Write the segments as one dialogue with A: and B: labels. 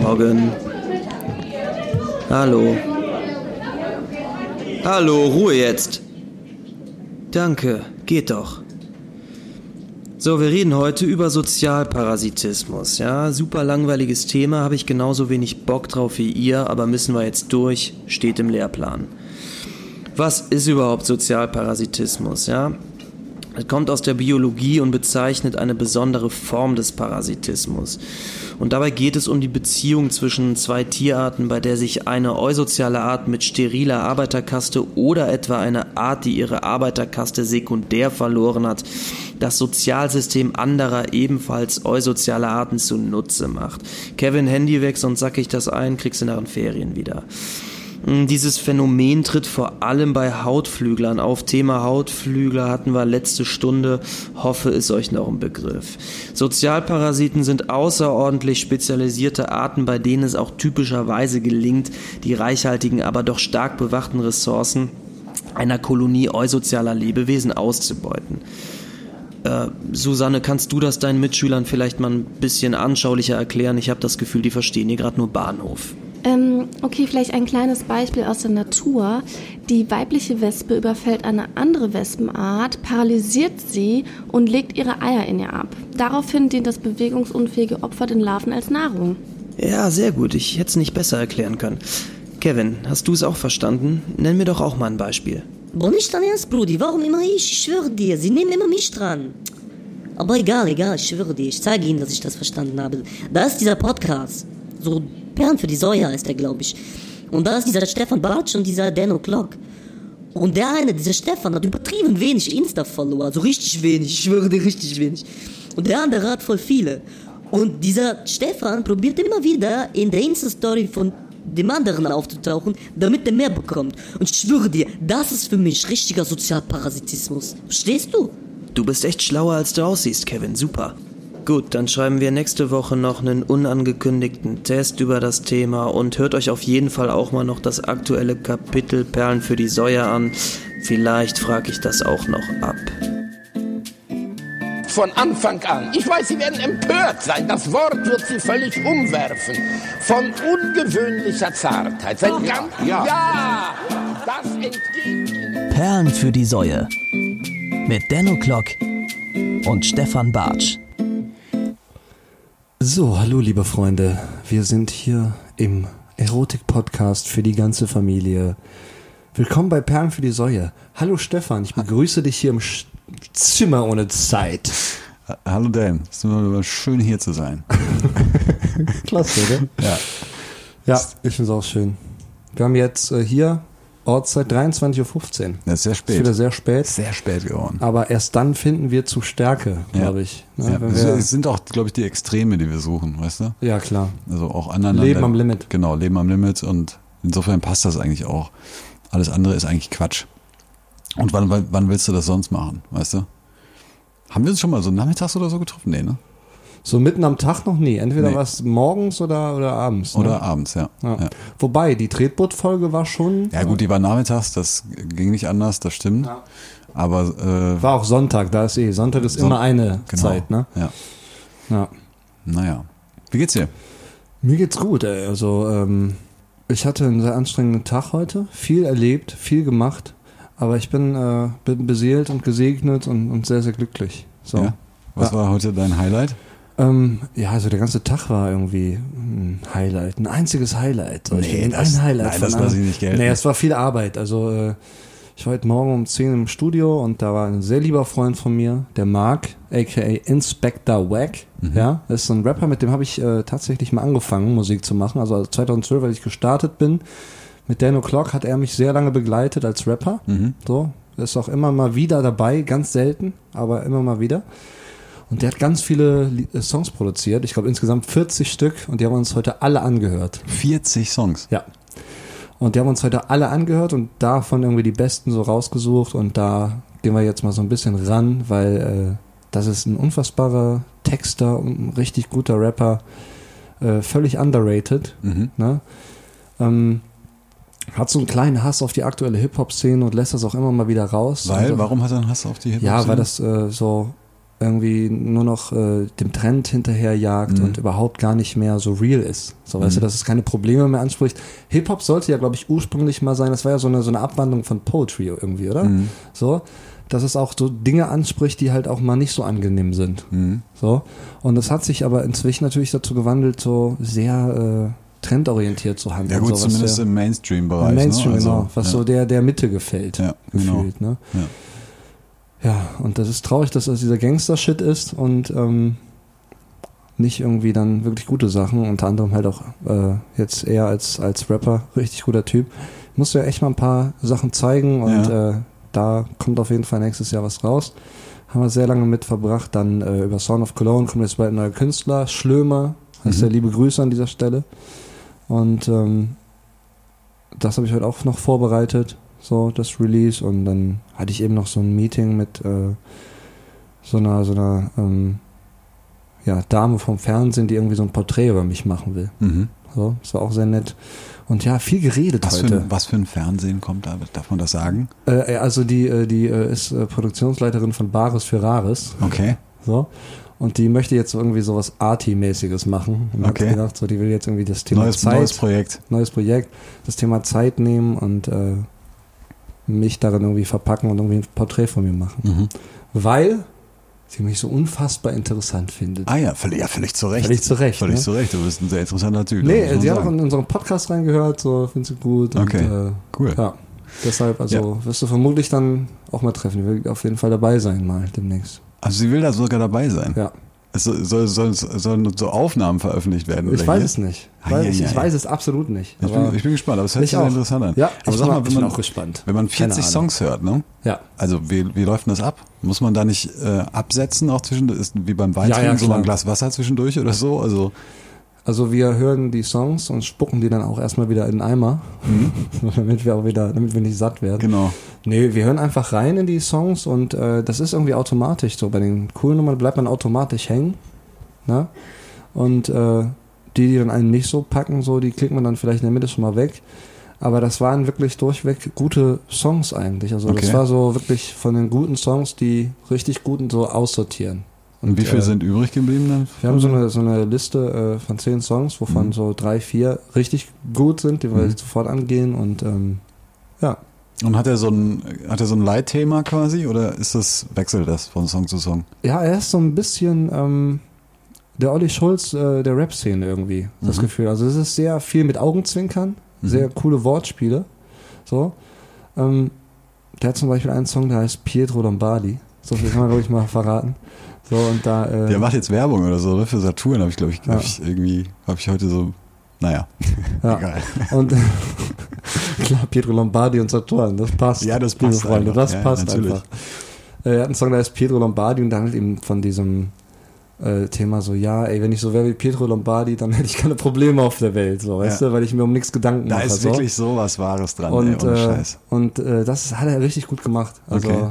A: Morgen. Hallo. Hallo, Ruhe jetzt. Danke, geht doch. So, wir reden heute über Sozialparasitismus. Ja, super langweiliges Thema, habe ich genauso wenig Bock drauf wie ihr, aber müssen wir jetzt durch, steht im Lehrplan. Was ist überhaupt Sozialparasitismus? Ja, es kommt aus der Biologie und bezeichnet eine besondere Form des Parasitismus. Und dabei geht es um die Beziehung zwischen zwei Tierarten, bei der sich eine eusoziale Art mit steriler Arbeiterkaste oder etwa eine Art, die ihre Arbeiterkaste sekundär verloren hat, das Sozialsystem anderer ebenfalls eusozialer Arten zunutze macht. Kevin Handy weg, sonst sack ich das ein, kriegst du nach den Ferien wieder. Ähm, Dieses Phänomen tritt vor allem bei Hautflüglern auf. Thema Hautflügler hatten wir letzte Stunde, hoffe ist euch noch ein Begriff. Sozialparasiten sind außerordentlich spezialisierte Arten, bei denen es auch typischerweise gelingt, die reichhaltigen, aber doch stark bewachten Ressourcen einer Kolonie eusozialer Lebewesen auszubeuten. Äh, Susanne, kannst du das deinen Mitschülern vielleicht mal ein bisschen anschaulicher erklären? Ich habe das Gefühl, die verstehen hier gerade nur Bahnhof
B: Ähm, okay, vielleicht ein kleines Beispiel aus der Natur. Die weibliche Wespe überfällt eine andere Wespenart, paralysiert sie und legt ihre Eier in ihr ab. Daraufhin dient das bewegungsunfähige Opfer den Larven als Nahrung.
A: Ja, sehr gut. Ich hätte es nicht besser erklären können. Kevin, hast du es auch verstanden? Nenn mir doch auch mal ein Beispiel.
C: Boah, nicht dein Ernst, Brudi. Warum immer ich? Ich schwöre dir, sie nehmen immer mich dran. Aber egal, egal, ich schwöre dir, ich zeige Ihnen, dass ich das verstanden habe. Da ist dieser Podcast. So Perlen für die Säue heißt er, glaube ich. Und da ist dieser Stefan Bartsch und dieser Dano Clock. Und der eine, dieser Stefan, hat übertrieben wenig Insta-Follower, so richtig wenig, ich schwöre dir, richtig wenig. Und der andere hat voll viele. Und dieser Stefan probiert immer wieder in der Insta-Story von dem anderen aufzutauchen, damit er mehr bekommt. Und ich schwöre dir, das ist für mich richtiger Sozialparasitismus. Verstehst du?
A: Du bist echt schlauer, als du aussiehst, Kevin, super. Gut, dann schreiben wir nächste Woche noch einen unangekündigten Test über das Thema und hört euch auf jeden Fall auch mal noch das aktuelle Kapitel Perlen für die Säue an. Vielleicht frage ich das auch noch ab.
D: Von Anfang an. Ich weiß, Sie werden empört sein. Das Wort wird Sie völlig umwerfen. Von ungewöhnlicher Zartheit. Sein ganz ja. ja, das entgeht.
E: Perlen für die Säue. Mit Denno Klock und Stefan Bartsch.
F: So, hallo liebe Freunde. Wir sind hier im Erotik-Podcast für die ganze Familie. Willkommen bei Perlen für die Säue. Hallo Stefan, ich begrüße dich hier im Sch Zimmer ohne Zeit.
G: Hallo Dan, es ist immer schön hier zu sein.
F: Klasse, oder?
G: Ja.
F: Ja, ich finde es auch schön. Wir haben jetzt äh, hier Ortszeit 23.15 Uhr.
G: Das ist sehr spät.
F: Ist wieder sehr spät.
G: Sehr spät geworden.
F: Aber erst dann finden wir zu Stärke,
G: Ja.
F: glaube ich. Ne,
G: Ja,
F: wenn
G: es
F: wir-
G: es sind auch, glaube ich, die Extreme, die wir suchen, weißt du?
F: ja, klar.
G: Also auch aneinander.
F: Leben am Limit.
G: Genau, Leben am Limit und insofern passt das eigentlich auch. Alles andere ist eigentlich Quatsch. Und wann, wann, wann willst du das sonst machen, weißt du? Haben wir uns schon mal so nachmittags oder so getroffen? Nee, ne?
F: So mitten am Tag noch nie. Entweder
G: Nee.
F: war es morgens oder, oder abends.
G: Oder
F: ne?
G: abends, ja.
F: ja.
G: ja.
F: Wobei, die Tretboot-Folge war schon.
G: Ja gut, die war nachmittags, das ging nicht anders, das stimmt. Aber äh,
F: War auch Sonntag, da ist eh. Sonntag ist
G: Son-
F: immer eine
G: genau.
F: Zeit, ne?
G: Ja.
F: Ja.
G: Naja. Wie geht's dir?
F: Mir geht's gut, ey. Also, ähm, ich hatte einen sehr anstrengenden Tag heute, viel erlebt, viel gemacht, aber ich bin, äh, bin beseelt und gesegnet und, und sehr, sehr glücklich. So.
G: Ja? Was war heute dein Highlight?
F: Ähm, ja, also der ganze Tag war irgendwie ein Highlight, ein einziges Highlight. So, ich
G: Nee,
F: bin
G: das-
F: ein Highlight
G: nein,
F: von
G: das
F: einem-
G: lass ich nicht gelten.
F: Nee, es war viel Arbeit. Also äh, ich war heute Morgen um 10 im Studio und da war ein sehr lieber Freund von mir, der Mark, a.k.a. Inspector Wack.
G: Mhm.
F: Ja, das ist so ein Rapper, mit dem habe ich äh, tatsächlich mal angefangen, Musik zu machen. Also 2012, als ich gestartet bin, mit Dan O'Clock hat er mich sehr lange begleitet als Rapper.
G: Mhm.
F: So, ist auch immer mal wieder dabei, ganz selten, aber immer mal wieder. Und der hat ganz viele Li- äh, Songs produziert. Ich glaube insgesamt 40 Stück und die haben wir uns heute alle angehört.
G: 40 Songs.
F: Ja. Und die haben wir uns heute alle angehört und davon irgendwie die besten so rausgesucht und da gehen wir jetzt mal so ein bisschen ran, weil äh, das ist ein unfassbarer Texter und ein richtig guter Rapper. Äh, völlig underrated.
G: Mhm.
F: Ne? Ähm, hat so einen kleinen Hass auf die aktuelle Hip-Hop-Szene und lässt das auch immer mal wieder raus.
G: Weil,
F: Also-
G: ne? warum hat er einen Hass auf die Hip-Hop?
F: ja, weil das äh, so irgendwie nur noch äh, dem Trend
G: Mhm.
F: hinterherjagt und überhaupt gar nicht mehr so real ist. So weißt du, dass es keine Probleme mehr anspricht. Hip-Hop sollte ja, glaube ich, ursprünglich mal sein, das war ja so eine, so eine Abwandlung von Poetry irgendwie, oder?
G: Mhm.
F: So, dass es auch so Dinge anspricht, die halt auch mal nicht so angenehm sind.
G: Mhm.
F: So. Und das hat sich aber inzwischen natürlich dazu gewandelt, so sehr äh, trendorientiert zu handeln.
G: Ja gut,
F: so, was
G: zumindest
F: der-
G: im Mainstream-Bereich.
F: Mainstream,
G: ne? also,
F: genau. Was
G: ja.
F: so der, der Mitte gefällt,
G: Ja, genau.
F: gefühlt. Ne? Ja. und das ist traurig, dass das dieser Gangster-Shit ist und ähm, nicht irgendwie dann wirklich gute Sachen, unter anderem halt auch äh, jetzt eher als, als Rapper, richtig guter Typ. Musst du ja echt mal ein paar Sachen zeigen und
G: Ja.
F: äh, da kommt auf jeden Fall nächstes Jahr was raus. Haben wir sehr lange mit verbracht. Dann äh, über Sound of Cologne kommt jetzt bald ein neuer Künstler, Schlömer. Heißt ja liebe Grüße an dieser Stelle. Und ähm, das habe ich heute auch noch vorbereitet, so das Release. Und dann hatte ich eben noch so ein Meeting mit äh, so einer, so einer ähm, ja, Dame vom Fernsehen, die irgendwie so ein Porträt über mich machen will.
G: Mhm.
F: So, das war auch sehr nett. Und ja, viel geredet
G: Was, für
F: heute.
G: ein, was für ein Fernsehen kommt da? Darf man das sagen?
F: Äh, ja, also die, äh, die äh, ist äh, Produktionsleiterin von Bares für Rares.
G: Okay.
F: So. Und die möchte jetzt irgendwie sowas Arty-mäßiges machen. Und
G: Okay.
F: hat gedacht, so, die will jetzt irgendwie das Thema
G: Neues,
F: Zeit,
G: neues Projekt.
F: neues Projekt, das Thema Zeit nehmen und äh, mich darin irgendwie verpacken und irgendwie ein Porträt von mir machen.
G: Mhm.
F: Weil sie mich so unfassbar interessant findet.
G: Ah ja, völlig, ja, völlig zu Recht.
F: Völlig zu Recht,
G: Völlig
F: ne?
G: zu Recht. Du bist ein sehr interessanter Typ. das muss
F: nee,
G: man
F: sie hat auch
G: sagen.
F: in unseren Podcast reingehört, so findet sie gut.
G: Okay,
F: Und, äh,
G: cool.
F: Ja, deshalb, also wirst du vermutlich dann auch mal treffen. Die wird auf jeden Fall dabei sein, mal demnächst.
G: Also sie will da sogar dabei sein.
F: Ja.
G: Es soll, soll, soll, sollen so Aufnahmen veröffentlicht werden?
F: Ich
G: oder
F: weiß
G: hier?
F: es nicht.
G: Ah,
F: Weil
G: ja,
F: ich,
G: ja,
F: ich
G: ja.
F: weiß es absolut nicht.
G: Ich
F: aber
G: bin, ich bin gespannt, aber es hört
F: mich
G: sich
F: auch.
G: sehr interessant an.
F: Ja,
G: aber
F: ich
G: sag
F: bin
G: mal,
F: auch-
G: wenn
F: ich bin
G: man,
F: auch gespannt.
G: Wenn man
F: Keine
G: 40
F: Ahnung.
G: Songs hört, ne?
F: Ja.
G: Also wie, wie läuft denn das ab? Muss man da nicht äh, absetzen auch zwischendurch? Ist wie beim Wein
F: Ja, ja,
G: trinken, so mal ein
F: klar.
G: Glas Wasser zwischendurch oder so? Also
F: Also wir hören die Songs und spucken die dann auch erstmal wieder in den Eimer,
G: Mhm.
F: damit wir auch wieder, damit wir nicht satt werden.
G: Genau.
F: Nee, wir hören einfach rein in die Songs und äh, das ist irgendwie automatisch so. Bei den coolen Nummern bleibt man automatisch hängen. Ne? Und äh, die, die dann einen nicht so packen, so, die klickt man dann vielleicht in der Mitte schon mal weg. Aber das waren wirklich durchweg gute Songs eigentlich. Also
G: Okay.
F: das war so wirklich von den guten Songs, die richtig guten so aussortieren.
G: und wie viel
F: äh,
G: sind übrig geblieben dann?
F: wir haben so eine, so eine Liste äh, von zehn Songs,
G: Mhm.
F: wovon so drei, vier richtig gut sind, die wir jetzt sofort angehen und ähm, ja.
G: Und hat er so ein hat er so ein Leitthema quasi oder ist das wechselt das von Song zu Song?
F: Ja, er ist so ein bisschen ähm, der Olli Schulz äh, der Rap-Szene irgendwie, das Gefühl. Also es ist sehr viel mit Augenzwinkern, sehr coole Wortspiele. So. Ähm, der hat zum Beispiel einen Song, der heißt Pietro Lombardi. So viel kann man, glaube ich, mal verraten. So, und da, äh,
G: Der macht jetzt Werbung oder so, ne? Für Saturn habe ich glaube ich, glaub
F: Ja.
G: ich irgendwie habe ich heute so naja,
F: Ja.
G: egal.
F: Und klar, Pietro Lombardi und Saturn, das passt.
G: Ja, das
F: liebe
G: passt
F: Freunde,
G: einfach.
F: das
G: Ja,
F: passt
G: natürlich.
F: einfach. Äh, Er hat einen Song, da ist Pietro Lombardi und handelt eben von diesem äh, Thema so, ja, ey, wenn ich so wäre wie Pietro Lombardi, dann hätte ich keine Probleme auf der Welt, so, weißt
G: Ja.
F: du, weil ich mir um nichts Gedanken
G: Da
F: mache.
G: ist
F: so.
G: wirklich sowas Wahres dran,
F: und
G: ey, ohne
F: äh,
G: Scheiß.
F: und äh, das hat er richtig gut gemacht. Also
G: Okay.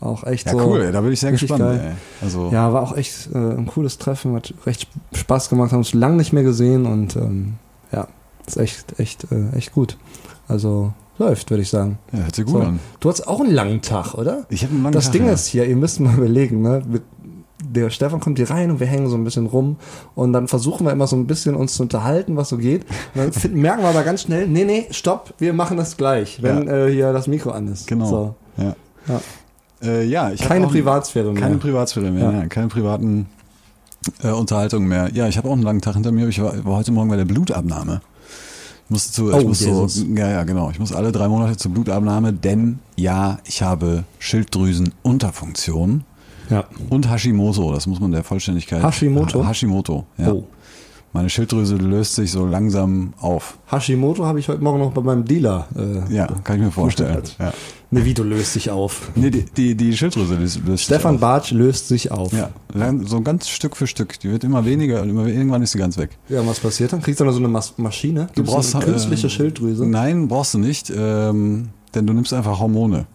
F: auch echt
G: Ja,
F: so.
G: cool, ey, da bin ich sehr
F: richtig
G: gespannt.
F: geil.
G: Ey. Also
F: Ja, war auch echt äh, ein cooles Treffen, hat recht Spaß gemacht, haben uns lange nicht mehr gesehen und ähm, ja, ist echt, echt, äh, echt gut. Also läuft, würde ich sagen.
G: Ja, hört sich gut
F: So.
G: an.
F: Du hattest auch einen langen Tag, oder?
G: Ich hab einen langen
F: das
G: Tag,
F: Ding
G: ja.
F: ist hier, ihr müsst mal überlegen, ne? Mit- Der Stefan kommt hier rein und wir hängen so ein bisschen rum und dann versuchen wir immer so ein bisschen uns zu unterhalten, was so geht. Und dann finden- merken wir aber ganz schnell, nee, nee, stopp, wir machen das gleich, wenn äh, hier das Mikro an ist.
G: Genau.
F: So.
G: Ja.
F: Ja.
G: Äh, ja, ich hab
F: Keine
G: auch-
F: Privatsphäre mehr.
G: Keine Privatsphäre mehr, ja. keine privaten äh, Unterhaltungen mehr. Ja, ich habe auch einen langen Tag hinter mir. Ich war, war heute Morgen bei der Blutabnahme. Ich musste zu, ich
F: Oh,
G: muss so,
F: Jesus.
G: ja, ja, genau. Ich muss alle drei Monate zur Blutabnahme, denn ja, ich habe Schilddrüsenunterfunktion
F: Ja.
G: und Hashimoto. Das muss man der Vollständigkeit.
F: Hashimoto?
G: Ha Hashimoto, ja.
F: Oh.
G: Meine Schilddrüse löst sich so langsam auf.
F: Hashimoto habe ich heute Morgen noch bei meinem Dealer. Äh,
G: Ja, kann ich mir vorstellen. Ja.
F: Ne, Vito löst sich auf.
G: Nee, die, die, die Schilddrüse löst, löst sich
F: Stefan
G: auf.
F: Bartsch löst sich auf.
G: Ja, lang- so ganz Stück für Stück. Die wird immer weniger und immer, irgendwann ist sie ganz weg.
F: Ja, und was passiert dann? Kriegst du dann so eine Mas Maschine?
G: Du
F: Gibt's
G: brauchst
F: eine künstliche
G: äh,
F: Schilddrüse.
G: Nein, brauchst du nicht, ähm, denn du nimmst einfach Hormone.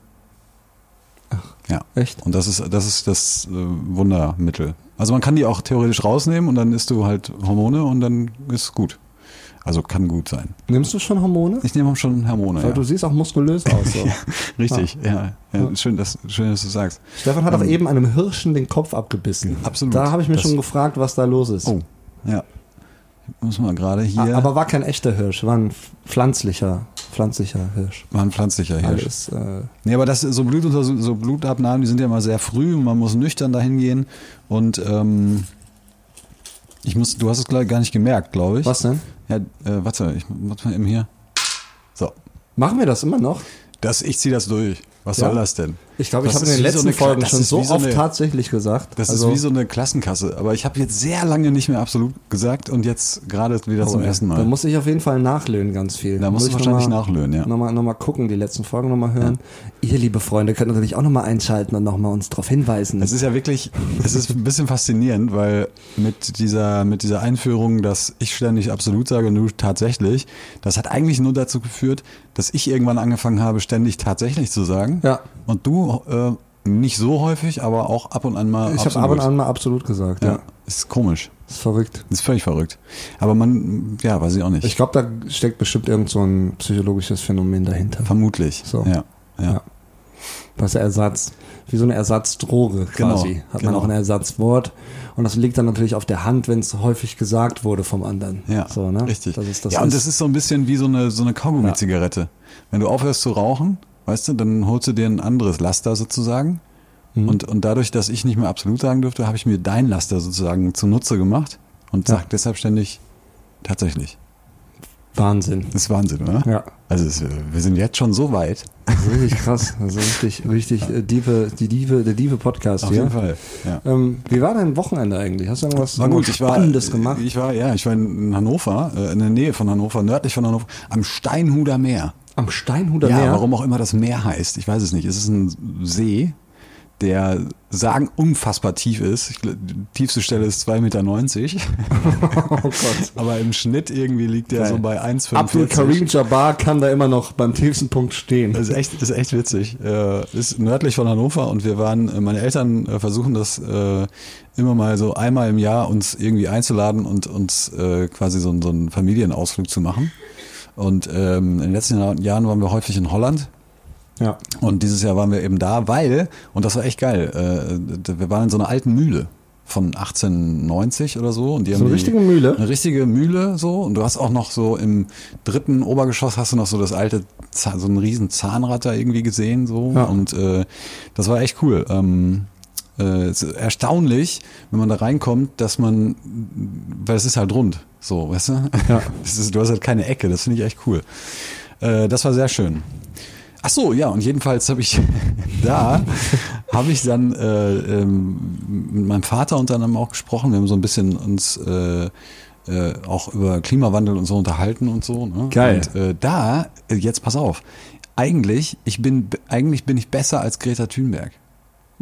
G: Ach, ja.
F: echt?
G: Und das ist das ist das äh, Wundermittel. Also man kann die auch theoretisch rausnehmen und dann isst du halt Hormone und dann ist gut. Also kann gut sein.
F: Nimmst du schon Hormone?
G: Ich nehme schon Hormone.
F: Weil
G: Ja.
F: du siehst auch muskulös aus. So.
G: Richtig, ja. ja. Schön, dass, schön, dass du sagst.
F: Stefan hat auch eben einem Hirschen den Kopf abgebissen.
G: Ähm, Absolut.
F: Da habe ich mir
G: Das-
F: schon gefragt, was da los ist.
G: Oh, ja. Muss man gerade hier.
F: Ah, Aber war kein echter Hirsch, war ein pflanzlicher, pflanzlicher Hirsch.
G: war ein pflanzlicher Hirsch.
F: Alles, äh,
G: Nee, aber das, so, Blutunter so Blutabnahmen, die sind ja immer sehr früh und man muss nüchtern dahin gehen. Und ähm, ich muss, du hast es glaub, gar nicht gemerkt, glaube ich.
F: was denn?
G: Ja, äh, warte, ich mach mal eben hier. So.
F: Machen wir das immer noch?
G: Das, ich ziehe das durch. Was
F: Ja.
G: soll das denn?
F: Ich glaube, ich
G: Das
F: habe in
G: ist
F: den
G: wie so
F: letzten
G: eine Kla-
F: Folgen
G: das
F: schon
G: ist
F: so
G: wie so
F: oft
G: eine-
F: tatsächlich gesagt.
G: Das
F: also,
G: ist wie so eine Klassenkasse. Aber ich habe jetzt sehr lange nicht mehr absolut gesagt und jetzt gerade wieder zum
F: Oh,
G: ersten
F: Da
G: Mal.
F: muss ich auf jeden Fall nachlöhnen, ganz viel.
G: Da musst
F: Muss
G: du
F: ich
G: wahrscheinlich
F: noch mal-
G: nachlöhnen, ja.
F: Nochmal noch mal gucken, die letzten Folgen nochmal hören. Ihr, liebe Freunde, könnt natürlich auch nochmal einschalten und nochmal uns darauf hinweisen.
G: Es ist ja wirklich, es ist ein bisschen faszinierend, weil mit dieser, mit dieser Einführung, dass ich ständig absolut sage und du tatsächlich, das hat eigentlich nur dazu geführt, dass ich irgendwann angefangen habe, ständig tatsächlich zu sagen.
F: Ja.
G: Und du äh, nicht so häufig, aber auch ab und an mal.
F: ich habe
G: absolut.
F: ab und an mal absolut gesagt, ja.
G: Ja, ist komisch.
F: Ist verrückt.
G: Ist völlig verrückt. Aber man, ja, weiß ich auch nicht.
F: Ich glaube, da steckt bestimmt irgend so ein psychologisches Phänomen dahinter.
G: Vermutlich.
F: So.
G: Ja. Ja.
F: Ja. Was der Ersatz, wie so eine Ersatzdroge quasi.
G: Genau,
F: Hat man
G: genau.
F: auch ein Ersatzwort. Und das liegt dann natürlich auf der Hand, wenn es häufig gesagt wurde vom anderen.
G: Ja,
F: so, ne?
G: richtig.
F: Das ist das.
G: ja, und das ist so ein bisschen wie so eine, so eine Kaugummi-Zigarette. Wenn du aufhörst zu rauchen, weißt du, dann holst du dir ein anderes Laster sozusagen.
F: Mhm.
G: Und, und dadurch, dass ich nicht mehr absolut sagen dürfte, habe ich mir dein Laster sozusagen zunutze gemacht und
F: Ja.
G: sag deshalb ständig tatsächlich.
F: Wahnsinn.
G: Das ist Wahnsinn, oder?
F: Ja.
G: Also es, wir sind jetzt schon so weit.
F: Das ist richtig krass. Das ist richtig, richtig äh, diefe, die Diefe, der Diefe Podcast
G: Auf
F: hier.
G: jeden Fall. Ja.
F: Ähm, wie war dein Wochenende eigentlich? Hast du irgendwas
G: War gut,
F: irgendwas
G: ich war, äh,
F: Spannendes gemacht?
G: ich war, ja, ich war in Hannover, äh, in der Nähe von Hannover, nördlich von Hannover, am Steinhuder Meer.
F: Am Steinhuder
G: ja,
F: Meer.
G: warum auch immer das Meer heißt. Ich weiß es nicht. Es ist ein See, der sagen unfassbar tief ist. Ich, gl- die tiefste Stelle ist 2,90 Meter.
F: Oh Gott.
G: Aber im Schnitt irgendwie liegt der
F: Geil.
G: so bei
F: Abdul
G: 1,45.
F: Karim Jabbar kann da immer noch beim tiefsten Punkt stehen.
G: Das ist echt, ist echt witzig. Äh, ist nördlich von Hannover und wir waren, äh, meine Eltern äh, versuchen das äh, immer mal so einmal im Jahr uns irgendwie einzuladen und uns äh, quasi so, einen- so einen Familienausflug zu machen. Und ähm, in den letzten Jahr- Jahren waren wir häufig in Holland.
F: Ja.
G: Und dieses Jahr waren wir eben da, weil, und das war echt geil, äh, d- wir waren in so einer alten Mühle von 1890 oder so. Und die
F: So
G: haben
F: eine
G: die-
F: richtige Mühle?
G: Eine richtige Mühle so. Und du hast auch noch so im dritten Obergeschoss hast du noch so das alte, Zahn- so ein riesen Zahnrad da irgendwie gesehen so.
F: Ja.
G: Und äh, das war echt cool. Ähm, äh, es ist erstaunlich, wenn man da reinkommt, dass man, weil es ist halt rund, so, weißt du?
F: Ja.
G: Das ist, du hast halt keine Ecke, das finde ich echt cool. Äh, das war sehr schön. Ach so, ja, und jedenfalls habe ich da, habe ich dann äh, ähm, mit meinem Vater unter anderem auch gesprochen. Wir haben so ein bisschen uns äh, äh, auch über Klimawandel und so unterhalten und so. Ne?
F: Geil.
G: Und äh, da, äh, jetzt pass auf, eigentlich, ich bin, eigentlich bin ich besser als Greta Thunberg.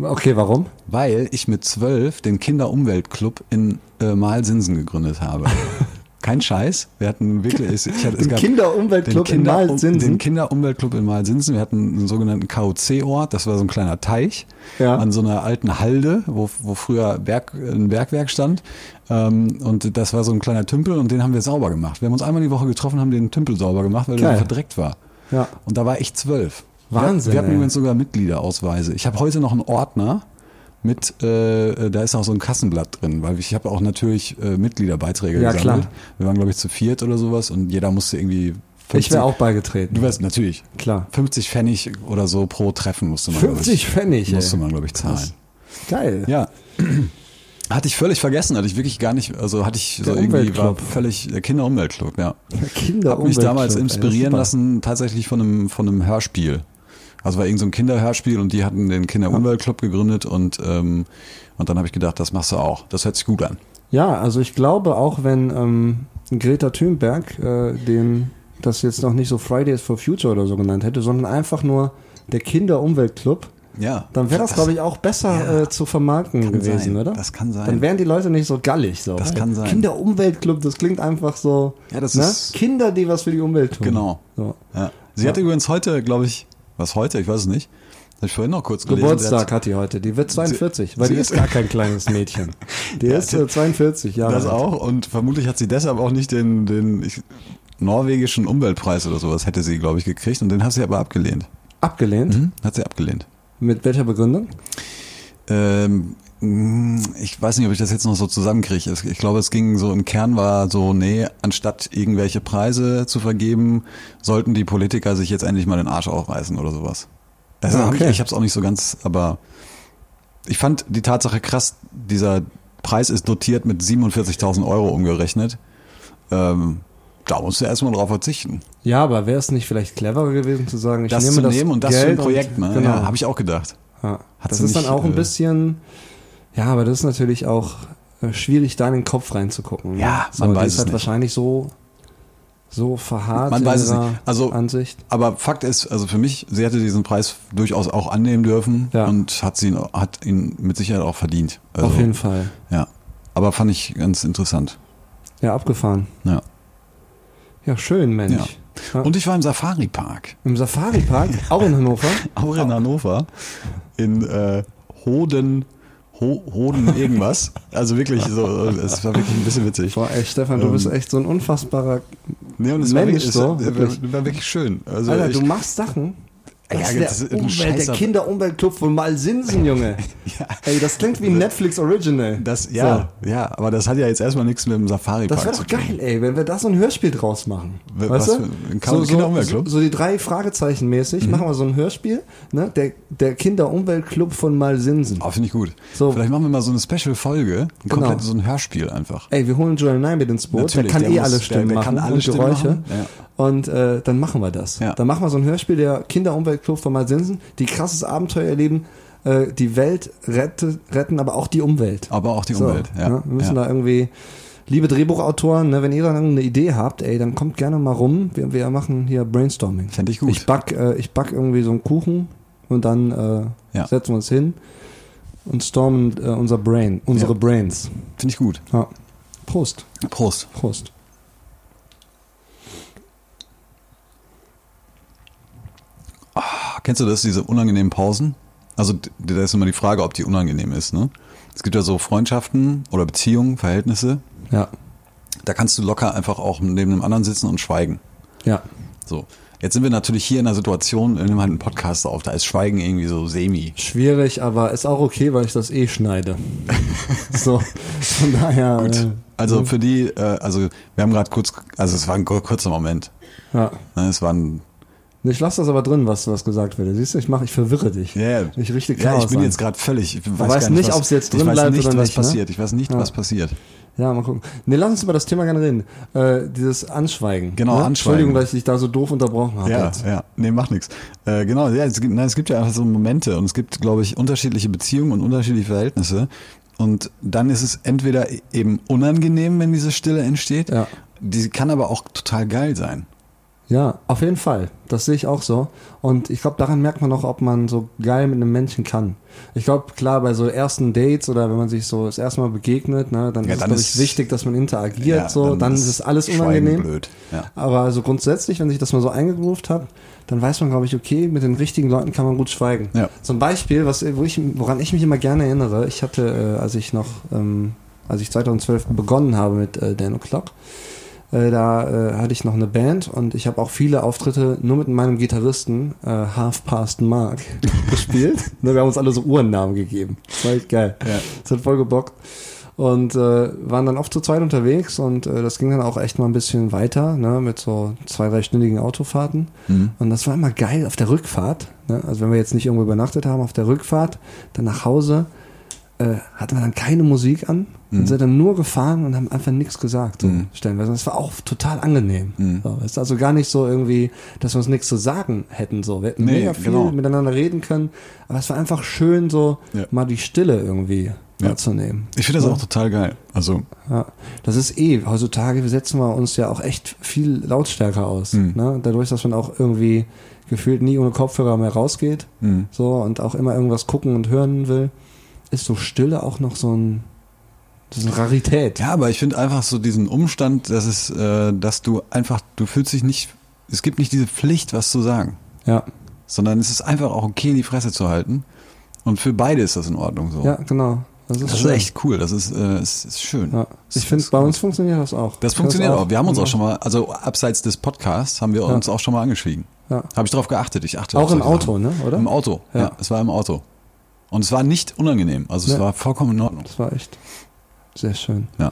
F: Okay, warum?
G: Weil ich mit zwölf den Kinderumweltclub in äh, Malsinsen gegründet habe. Kein Scheiß. Wir hatten wirklich. es- Ich hatte, es
F: Den
G: gab-
F: Kinderumweltclub
G: den
F: in
G: Kinder-
F: Malsinsen?
G: Den Kinderumweltclub in Malsinsen. Wir hatten einen sogenannten KOC-Ort. Das war so ein kleiner Teich
F: Ja.
G: an so einer alten Halde, wo, wo früher Berg, ein Bergwerk stand. Ähm, und das war so ein kleiner Tümpel und den haben wir sauber gemacht. Wir haben uns einmal die Woche getroffen, haben den Tümpel sauber gemacht, weil
F: Geil.
G: der verdreckt war.
F: Ja.
G: Und da war ich zwölf.
F: Wahnsinn,
G: Wir, wir hatten
F: ey.
G: übrigens sogar Mitgliederausweise. Ich habe heute noch einen Ordner mit, äh, da ist auch so ein Kassenblatt drin, weil ich habe auch natürlich äh, Mitgliederbeiträge
F: Ja,
G: gesammelt.
F: klar.
G: Wir waren, glaube ich, zu viert oder sowas und jeder musste irgendwie. 50
F: Ich wäre auch beigetreten.
G: Du wärst natürlich.
F: Klar.
G: 50 Pfennig oder so pro Treffen musste man. glaub
F: 50 Pfennig,
G: Ich, musste
F: ey.
G: man, glaube ich, zahlen.
F: Krass. Geil.
G: Ja. Hatte ich völlig vergessen, hatte ich wirklich gar nicht, also hatte ich so
F: Der
G: irgendwie, war
F: Umweltclub.
G: völlig der Kinderumweltclub, ja.
F: Kinder
G: Hab mich damals inspirieren lassen, tatsächlich von einem, von einem Hörspiel. Also war irgend so ein Kinderhörspiel und die hatten den Kinderumweltclub gegründet und, ähm, und dann habe ich gedacht, das machst du auch. Das hört sich gut an.
F: Ja, also ich glaube, auch wenn ähm, Greta Thunberg äh, den, das jetzt noch nicht so Fridays for Future oder so genannt hätte, sondern einfach nur der Kinderumweltclub,
G: Ja.
F: dann wäre das, glaube ich, auch besser
G: ja.
F: äh, zu vermarkten
G: Kann
F: gewesen,
G: sein.
F: oder?
G: Das kann sein.
F: Dann wären die Leute nicht so gallig. So.
G: Das kann sein.
F: Kinderumweltclub, das klingt einfach so. ne?
G: Ja, das ist-
F: Kinder, die was für die Umwelt tun.
G: Genau.
F: So.
G: Ja. Sie hat übrigens heute, glaube ich, was heute, ich weiß es nicht, Habe ich vorhin noch kurz gelesen.
F: Geburtstag
G: der
F: hat die heute. Die wird 42, weil
G: sie
F: die ist
G: ist-
F: gar kein kleines Mädchen. Die ist äh, 42 Jahre
G: Das
F: alt.
G: auch. Und vermutlich hat sie deshalb auch nicht den, den ich, norwegischen Umweltpreis oder sowas hätte sie, glaube ich, gekriegt. Und den hat sie aber abgelehnt.
F: Abgelehnt?
G: Hm? Hat sie abgelehnt.
F: Mit welcher Begründung?
G: Ähm, mh, ich weiß nicht, ob ich das jetzt noch so zusammenkriege. Es- Ich glaube, es ging so im Kern war so, nee, anstatt irgendwelche Preise zu vergeben, sollten die Politiker sich jetzt endlich mal den Arsch aufreißen oder sowas. Also
F: Ah,
G: hab
F: okay.
G: ich, ich habe es auch nicht so ganz, aber ich fand die Tatsache krass, dieser Preis ist dotiert mit 47.000 Euro umgerechnet. Ähm, da musst du erstmal drauf verzichten.
F: Ja, aber wäre es nicht vielleicht cleverer gewesen zu sagen, ich
G: Das
F: nehme
G: zu
F: das
G: nehmen und das
F: Geld
G: für ein Projekt,
F: und,
G: ne?
F: Genau.
G: Ja, habe ich auch gedacht.
F: Ja.
G: Hat
F: das
G: sie
F: ist dann
G: nicht,
F: auch
G: äh,
F: ein bisschen, ja, aber das ist natürlich auch äh, schwierig, da in den Kopf reinzugucken. ne?
G: Ja,
F: so,
G: man
F: die
G: weiß
F: ist
G: es
F: halt
G: nicht.
F: wahrscheinlich so, so verharrt
G: Man
F: in
G: weiß es
F: ihrer
G: nicht. Also-
F: Ansicht.
G: Aber Fakt ist, also für mich, sie hätte diesen Preis durchaus auch annehmen dürfen
F: Ja.
G: und hat, sie ihn, hat ihn mit Sicherheit auch verdient. Also,
F: Auf jeden Fall.
G: Ja. Aber fand ich ganz interessant.
F: Ja, abgefahren.
G: Ja.
F: Ja, schön, Mensch. Ja.
G: Und ich war im Safari-Park,
F: Im Safari-Park, auch in Hannover.
G: auch in Hannover, in äh, Hoden, Ho, Hoden irgendwas. also wirklich so, äh, es war wirklich ein bisschen witzig.
F: Boah, ey, Stefan, du
G: Ähm.
F: bist echt so ein unfassbarer.
G: Nee, und
F: Mensch,
G: es
F: so,
G: war, wirklich, es war,
F: wirklich.
G: war wirklich schön. Also
F: Alter,
G: ich,
F: du machst Sachen.
G: Ja,
F: Das
G: ja,
F: ist
G: das ist
F: der,
G: ein
F: Umwelt, der
G: Scheißer-
F: Kinderumweltclub von Malsinsen, Junge.
G: Ja.
F: Ey, das klingt wie ein Netflix Original.
G: das,
F: So.
G: ja, ja, aber das hat ja jetzt erstmal nichts mit dem Safari-Park
F: Das wäre
G: zu
F: doch
G: tun.
F: geil, ey, wenn wir da so ein Hörspiel draus machen.
G: W-
F: weißt
G: was
F: du?
G: für ein Kinder-
F: so, so, so,
G: Kinderumweltclub? Mhm.
F: so die drei Fragezeichen mäßig machen wir so ein Hörspiel. Ne? Der, der Kinderumweltclub von Malsinsen.
G: Ah, finde ich gut.
F: So.
G: Vielleicht machen wir mal so eine Special-Folge, ein
F: Genau.
G: komplett so ein Hörspiel einfach.
F: Ey, wir holen Joel Nye mit ins Boot. der
G: Natürlich,
F: kann
G: der
F: eh
G: muss-
F: alle
G: der-
F: Stimmen
G: der
F: machen
G: kann alle
F: und
G: Stimmen
F: Geräusche.
G: machen, ja.
F: Und äh, dann machen wir das.
G: Ja.
F: Dann machen wir so ein Hörspiel, der Kinderumweltclub von Malsinsen, die krasses Abenteuer erleben, äh, die Welt rette, retten, aber auch die Umwelt.
G: Aber auch die
F: So,
G: Umwelt. Ja.
F: ne? Wir müssen
G: ja.
F: da irgendwie, liebe Drehbuchautoren, ne, wenn ihr da irgendeine Idee habt, ey, dann kommt gerne mal rum. Wir, wir machen hier Brainstorming.
G: Fände ich gut.
F: Ich back, äh, ich back irgendwie so einen Kuchen und dann äh,
G: Ja.
F: setzen wir uns hin und stormen äh, unser Brain, unsere
G: Ja.
F: Brains.
G: Finde ich gut.
F: Ja. Prost,
G: Prost.
F: Prost.
G: Ah, Kennst du das, diese unangenehmen Pausen? Also d- da ist immer die Frage, ob die unangenehm ist. Ne? Es gibt ja so Freundschaften oder Beziehungen, Verhältnisse.
F: Ja,
G: Da kannst du locker einfach auch neben einem anderen sitzen und schweigen.
F: ja.
G: So. Jetzt sind wir natürlich hier in einer Situation, wir nehmen halt einen Podcast auf, da ist Schweigen irgendwie so semi.
F: Schwierig, aber ist auch okay, weil ich das eh schneide. so, von daher. Äh,
G: Also für die, äh, also wir haben gerade kurz, also es war ein kur- kurzer Moment.
F: ja.
G: Ne? Es war ein
F: Ich lasse das aber drin, was, was gesagt wird. Siehst du, ich mache, ich verwirre dich.
G: Ja, ja.
F: Ich richte
G: ja,
F: Chaos
G: ich bin
F: an.
G: jetzt gerade völlig. Ich
F: weiß nicht,
G: was-
F: ob's jetzt drin
G: ich weiß
F: bleibt
G: nicht,
F: oder
G: was
F: nicht, ne?
G: passiert. Ich weiß nicht, was passiert.
F: Ja, mal gucken. Ne, lass uns über das Thema gerne reden. Äh, dieses Anschweigen.
G: Genau,
F: ne?
G: Anschweigen.
F: Entschuldigung, dass ich dich da so doof unterbrochen habe.
G: Ja,
F: jetzt.
G: ja. Nee, macht nichts. Äh, genau, ja, es gibt, nein, es gibt ja einfach so Momente und es gibt, glaube ich, unterschiedliche Beziehungen und unterschiedliche Verhältnisse. Und dann ist es entweder e-, eben unangenehm, wenn diese Stille entsteht.
F: Ja.
G: Die kann aber auch total geil sein.
F: ja, auf jeden Fall. Das sehe ich auch so. Und ich glaube, daran merkt man auch, ob man so geil mit einem Menschen kann. Ich glaube, klar, bei so ersten Dates oder wenn man sich so das erste Mal begegnet, ne, dann
G: Ja,
F: ist es,
G: dann
F: glaube
G: ist-
F: ich, wichtig, dass man interagiert.
G: Ja,
F: so,
G: dann
F: dann,
G: ist
F: ist es alles
G: Schweigen
F: unangenehm.
G: blöd, ja.
F: Aber also grundsätzlich, wenn sich das mal so eingegroovt hat, dann weiß man, glaube ich, okay, mit den richtigen Leuten kann man gut schweigen.
G: Ja.
F: So ein Beispiel, was, wo ich, woran ich mich immer gerne erinnere, ich hatte, äh, als ich noch, ähm, als ich 2012 begonnen habe mit äh, Dan O'Clock, äh, da äh, hatte ich noch eine Band und ich habe auch viele Auftritte nur mit meinem Gitarristen äh, Half Past Mark gespielt. Ne, wir haben uns alle so Uhrennamen gegeben. Das war echt geil. Das hat voll gebockt. Und äh, waren dann oft zu zweit unterwegs und äh, das ging dann auch echt mal ein bisschen weiter, ne, mit so zwei, dreistündigen Autofahrten.
G: Mhm.
F: Und das war immer geil auf der Rückfahrt. Ne? Also wenn wir jetzt nicht irgendwo übernachtet haben, auf der Rückfahrt, dann nach Hause, äh, hatten wir dann keine Musik an
G: Mhm.
F: und sind dann nur gefahren und haben einfach nichts gesagt, so stellenweise. Das war auch total angenehm.
G: Mhm.
F: So, es ist also gar nicht so irgendwie, dass wir uns nichts zu sagen hätten. So. Wir hätten
G: Nee,
F: mega viel
G: genau.
F: miteinander reden können, aber es war einfach schön, so
G: Ja.
F: mal die Stille irgendwie
G: Ja.
F: wahrzunehmen.
G: Ich finde das auch total geil. Also,
F: Ja, das ist eh, heutzutage setzen wir uns ja auch echt viel lautstärker aus.
G: Mhm.
F: Ne? Dadurch, dass man auch irgendwie gefühlt nie ohne Kopfhörer mehr rausgeht
G: Mhm.
F: so und auch immer irgendwas gucken und hören will, ist so Stille auch noch so ein, das ist eine Rarität.
G: Ja, aber ich finde einfach so diesen Umstand, dass es, äh, dass du einfach, du fühlst dich nicht, es gibt nicht diese Pflicht, was zu sagen.
F: Ja.
G: sondern es ist einfach auch okay, die Fresse zu halten. Und für beide ist das in Ordnung so.
F: Ja, genau.
G: Das ist
F: schön.
G: echt cool. Das ist, äh, ist, ist schön.
F: Ja. Ich finde, bei uns funktioniert das auch.
G: Das
F: Ich
G: funktioniert
F: hör's
G: auch. Wir haben uns auch schon mal, also abseits des Podcasts, haben wir uns auch schon mal angeschwiegen.
F: Ja.
G: Habe ich drauf geachtet. Ich achte
F: Auch
G: auf
F: im
G: solche
F: Auto,
G: Sachen.
F: ne, oder?
G: Im Auto. Ja.
F: Ja.
G: es war im Auto. Und es war nicht unangenehm. Also es
F: Ja.
G: war vollkommen in Ordnung.
F: Das war echt sehr schön.
G: Ja.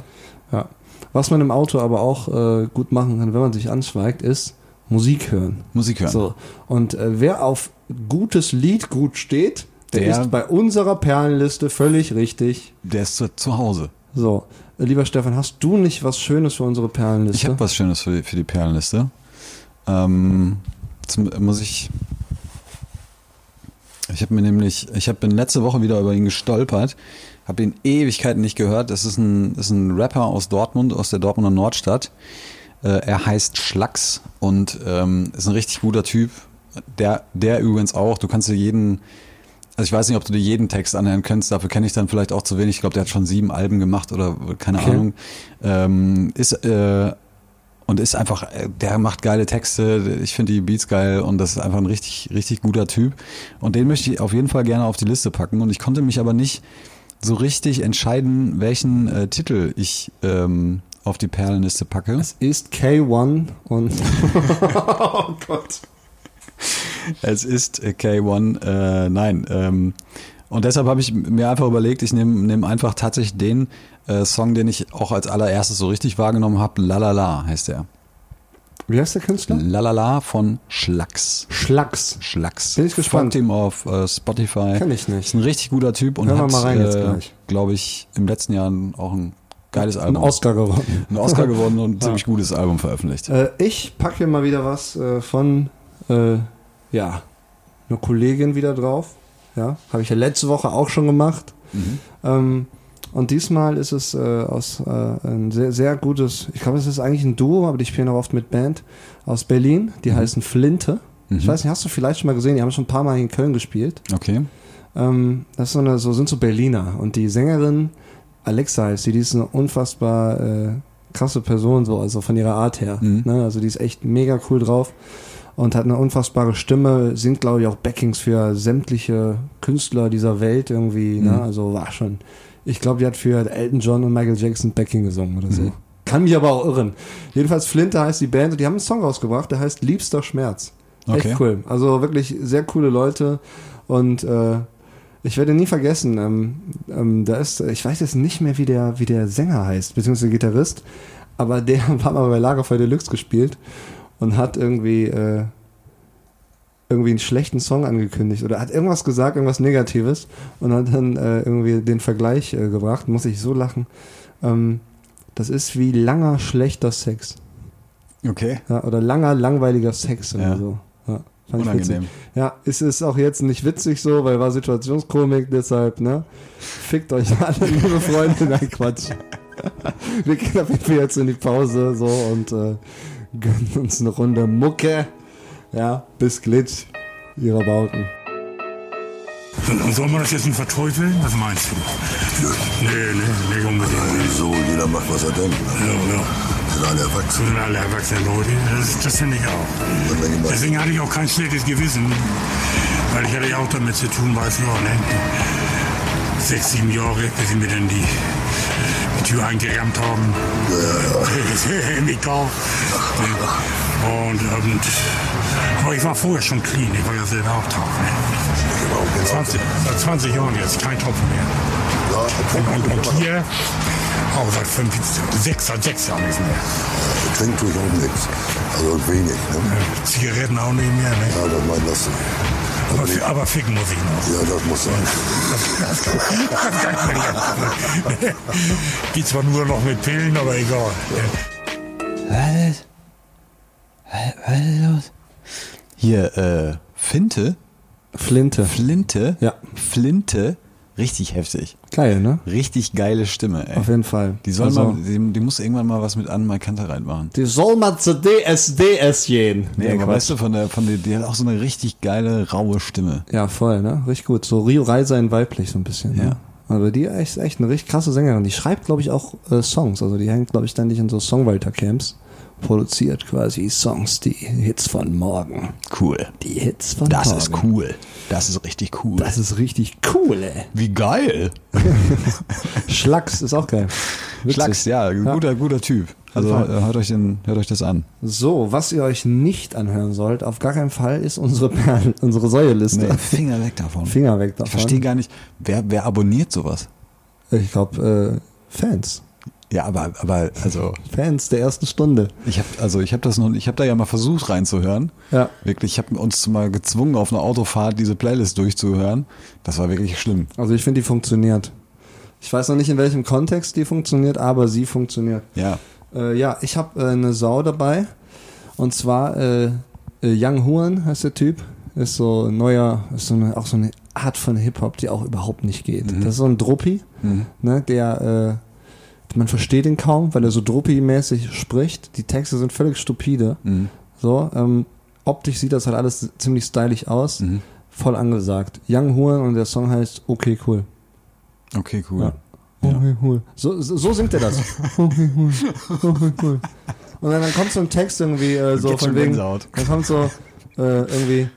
F: Ja. Was man im Auto aber auch äh, gut machen kann, wenn man sich anschweigt, ist Musik hören.
G: Musik hören.
F: So. Und äh, wer auf gutes Lied gut steht, der,
G: Der-
F: ist bei unserer Perlenliste völlig richtig.
G: Der ist zu, zu Hause.
F: So, Äh, lieber Stefan, hast du nicht was Schönes für unsere Perlenliste?
G: Ich habe was Schönes für die, für die Perlenliste. Ähm, jetzt mu- muss ich. Ich habe mir nämlich, ich habe bin letzte Woche wieder über ihn gestolpert, habe ihn Ewigkeiten nicht gehört. Das ist ein, ist ein Rapper aus Dortmund, aus der Dortmunder Nordstadt. Äh, er heißt Schlacks und ähm, ist ein richtig guter Typ. Der, der übrigens auch. Du kannst dir jeden, also ich weiß nicht, ob du dir jeden Text anhören kannst, dafür kenne ich dann vielleicht auch zu wenig. Ich glaube, der hat schon sieben Alben gemacht oder keine Ahnung. Ähm, ist äh, und ist einfach, äh, der macht geile Texte, ich finde die Beats geil und das ist einfach ein richtig, richtig guter Typ. Und den möchte ich auf jeden Fall gerne auf die Liste packen. Und ich konnte mich aber nicht so richtig entscheiden, welchen äh, Titel ich ähm, auf die Perlenliste packe.
F: es ist K1 und oh Gott.
G: Es ist äh, K1, äh, nein. Ähm, und deshalb habe ich mir einfach überlegt, ich nehme nehm einfach tatsächlich den äh, Song, den ich auch als allererstes so richtig wahrgenommen habe. Lalala heißt er.
F: Wie heißt der Künstler?
G: Lalala von Schlacks.
F: Schlacks.
G: Schlacks.
F: Bin ich gespannt.
G: Folgt ihm auf äh, Spotify.
F: Kenn ich nicht.
G: Ist ein richtig guter Typ und
F: Hören wir
G: hat,
F: mal rein jetzt
G: äh,
F: gleich.
G: glaube ich, im letzten Jahr auch ein geiles
F: Ein
G: Album.
F: Oscar geworden.
G: ein Oscar gewonnen und ein ziemlich gutes Album veröffentlicht.
F: Äh, ich packe hier mal wieder was äh, von, äh, ja, eine Kollegin wieder drauf. Ja, habe ich ja letzte Woche auch schon gemacht. Ähm, und diesmal ist es äh, aus äh, ein sehr, sehr gutes, ich glaube, es ist eigentlich ein Duo, aber die spielen auch oft mit Band aus Berlin. Die heißen Flinte. Ich weiß nicht, hast du vielleicht schon mal gesehen? Die haben schon ein paar Mal hier in Köln gespielt.
G: Okay.
F: Ähm, das ist so eine, so sind so Berliner. Und die Sängerin Alexa heißt sie, die ist eine unfassbar äh, krasse Person, so, also von ihrer Art her. Ne? Also die ist echt mega cool drauf und hat eine unfassbare Stimme, singt, glaube ich, auch Backings für sämtliche Künstler dieser Welt irgendwie. Ne? Also war schon. Ich glaube, die hat für Elton John und Michael Jackson Backing gesungen oder so. Kann mich aber auch irren. Jedenfalls Flinte heißt die Band und die haben einen Song rausgebracht, der heißt Liebster Schmerz.
G: Okay.
F: Echt cool. Also wirklich sehr coole Leute und äh, ich werde nie vergessen, ähm, ähm, da ist, ich weiß jetzt nicht mehr, wie der, wie der Sänger heißt, beziehungsweise Gitarrist, aber der hat mal bei Lagerfeuer Deluxe gespielt und hat irgendwie, äh, irgendwie einen schlechten Song angekündigt oder hat irgendwas gesagt, irgendwas Negatives und hat dann äh, irgendwie den Vergleich äh, gebracht, muss ich so lachen. Ähm, das ist wie langer schlechter Sex
G: Okay.
F: ja, oder langer langweiliger Sex oder
G: Ja.
F: so. Ja, fand ich
G: Unangenehm.
F: witzig. Ja, es ist auch jetzt nicht witzig so, weil war Situationskomik, deshalb, ne? Fickt euch alle, liebe Freunde, nein, Quatsch. Wir gehen auf jeden Fall jetzt in die Pause so und äh, gönnen uns eine Runde Mucke. Ja, bis Glitch ihrer Bauten.
H: Soll man das jetzt nun verteufeln? Was meinst du? Nö. Nee, nee, nicht unbedingt.
I: So, jeder macht, was er denkt.
H: Ja, ja.
I: Wir sind alle erwachsen.
H: Das sind alle erwachsene Leute. Das, das finde ich auch.
I: Und wenn jemand
H: Deswegen hatte ich auch kein schlechtes Gewissen. Weil ich hatte ja auch damit zu tun, weißt du auch, ne? Sechs, sieben Jahre, bis sie mir dann die, die Tür eingerammt haben. Ja, ja. Mit Kauf. Und, und, aber ich war vorher schon clean. Ich war ja selber auch drauf, ne?
I: überhaupt nicht
H: 20, seit 20 Jahren jetzt, kein Tropfen mehr.
I: Ja,
H: Und, und,
I: trinken
H: und hier, auch seit fünf, sechs, seit sechs Jahren nicht mehr.
I: Trinkt tue ich auch nichts. Also wenig. Ne?
H: Zigaretten auch nicht mehr, ne?
I: Ja, das meint das.
H: Aber, fi- aber ficken muss ich noch.
I: Ja, das muss sein.
H: Das kann, das kann man nicht. Geht zwar nur noch mit Pillen, aber egal.
G: Was ist, was, was ist los? Hier, äh, Finte,
F: Flinte.
G: Flinte,
F: Ja.
G: Flinte, richtig heftig.
F: Geil, ne?
G: Richtig geile Stimme, ey.
F: Auf jeden Fall.
G: Die soll
F: Also-
G: mal, die, die muss irgendwann mal was mit Anne Kante reinmachen.
F: Die soll mal zu DSDS gehen.
G: Nee, aber
F: Quatsch.
G: weißt du, von der, von der, die hat auch so eine richtig geile, raue Stimme.
F: Ja, voll, ne? Richtig gut. So Rio Reiser in weiblich so ein bisschen. Ne?
G: Ja.
F: Aber die ist echt eine richtig krasse Sängerin. Die schreibt, glaube ich, auch äh, Songs. Also die hängt, glaube ich, ständig in so Songwriter-Camps produziert quasi Songs, die Hits von morgen.
G: Cool.
F: Die Hits von
G: Das
F: morgen.
G: ist cool. Das ist richtig cool.
F: Das ist richtig cool, ey.
G: Wie geil.
F: Schlacks ist auch geil. Witzig.
G: Schlags, ja, guter, guter Typ. Also
F: Auf jeden
G: äh, hört euch, den, hört euch das an.
F: So, was ihr euch nicht anhören sollt, auf gar keinen Fall, ist unsere Perl, unsere Säueliste.
G: Nee, Finger weg davon.
F: Finger weg davon.
G: Ich verstehe gar nicht, wer, wer abonniert sowas?
F: Ich glaube, äh, Fans.
G: Ja, aber, aber also
F: Fans der ersten Stunde.
G: ich habe also ich habe das noch, ich habe da ja mal versucht reinzuhören.
F: Ja.
G: Wirklich, ich habe uns mal gezwungen auf einer Autofahrt diese Playlist durchzuhören. Das war wirklich schlimm.
F: Also ich finde, die funktioniert. Ich weiß noch nicht, in welchem Kontext die funktioniert, aber sie funktioniert.
G: Ja.
F: Äh, ja, ich habe äh, eine Sau dabei. Und zwar äh, äh, Young Huan heißt der Typ. Ist so ein neuer, ist so eine, auch so eine Art von Hip-Hop, die auch überhaupt nicht geht. Das ist so ein Druppi, ne, der äh, man versteht ihn kaum, weil er so Druppi-mäßig spricht. Die Texte sind völlig stupide. So, ähm, optisch sieht das halt alles ziemlich stylisch aus. Voll angesagt. Young Huan und der Song heißt Okay, cool.
G: Okay, cool.
F: Ja. Okay, cool. So, so, so singt er das. Okay, cool. Okay, cool. Und dann, dann kommt so ein Text irgendwie äh, so
G: Geht
F: von
G: schon
F: wegen.
G: Gänsehaut.
F: Dann kommt so äh, irgendwie.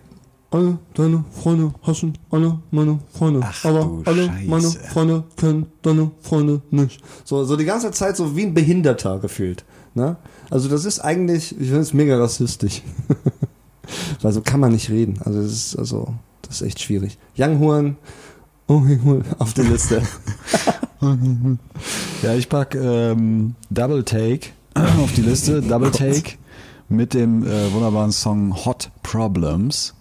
F: Alle deine Freunde hassen alle meine Freunde.
G: Ach,
F: aber
G: du
F: alle
G: Scheiße.
F: meine Freunde kennen deine Freunde nicht. So, so die ganze Zeit so wie ein Behinderter gefühlt. Ne? Also das ist eigentlich, ich finde es mega rassistisch. Weil so kann man nicht reden. Also das ist, also, das ist echt schwierig. Young Horn, okay, cool, auf der Liste.
G: Ja, ich pack ähm, Double Take auf die Liste. Double
F: Oh
G: Take mit dem äh, wunderbaren Song Hot Problems.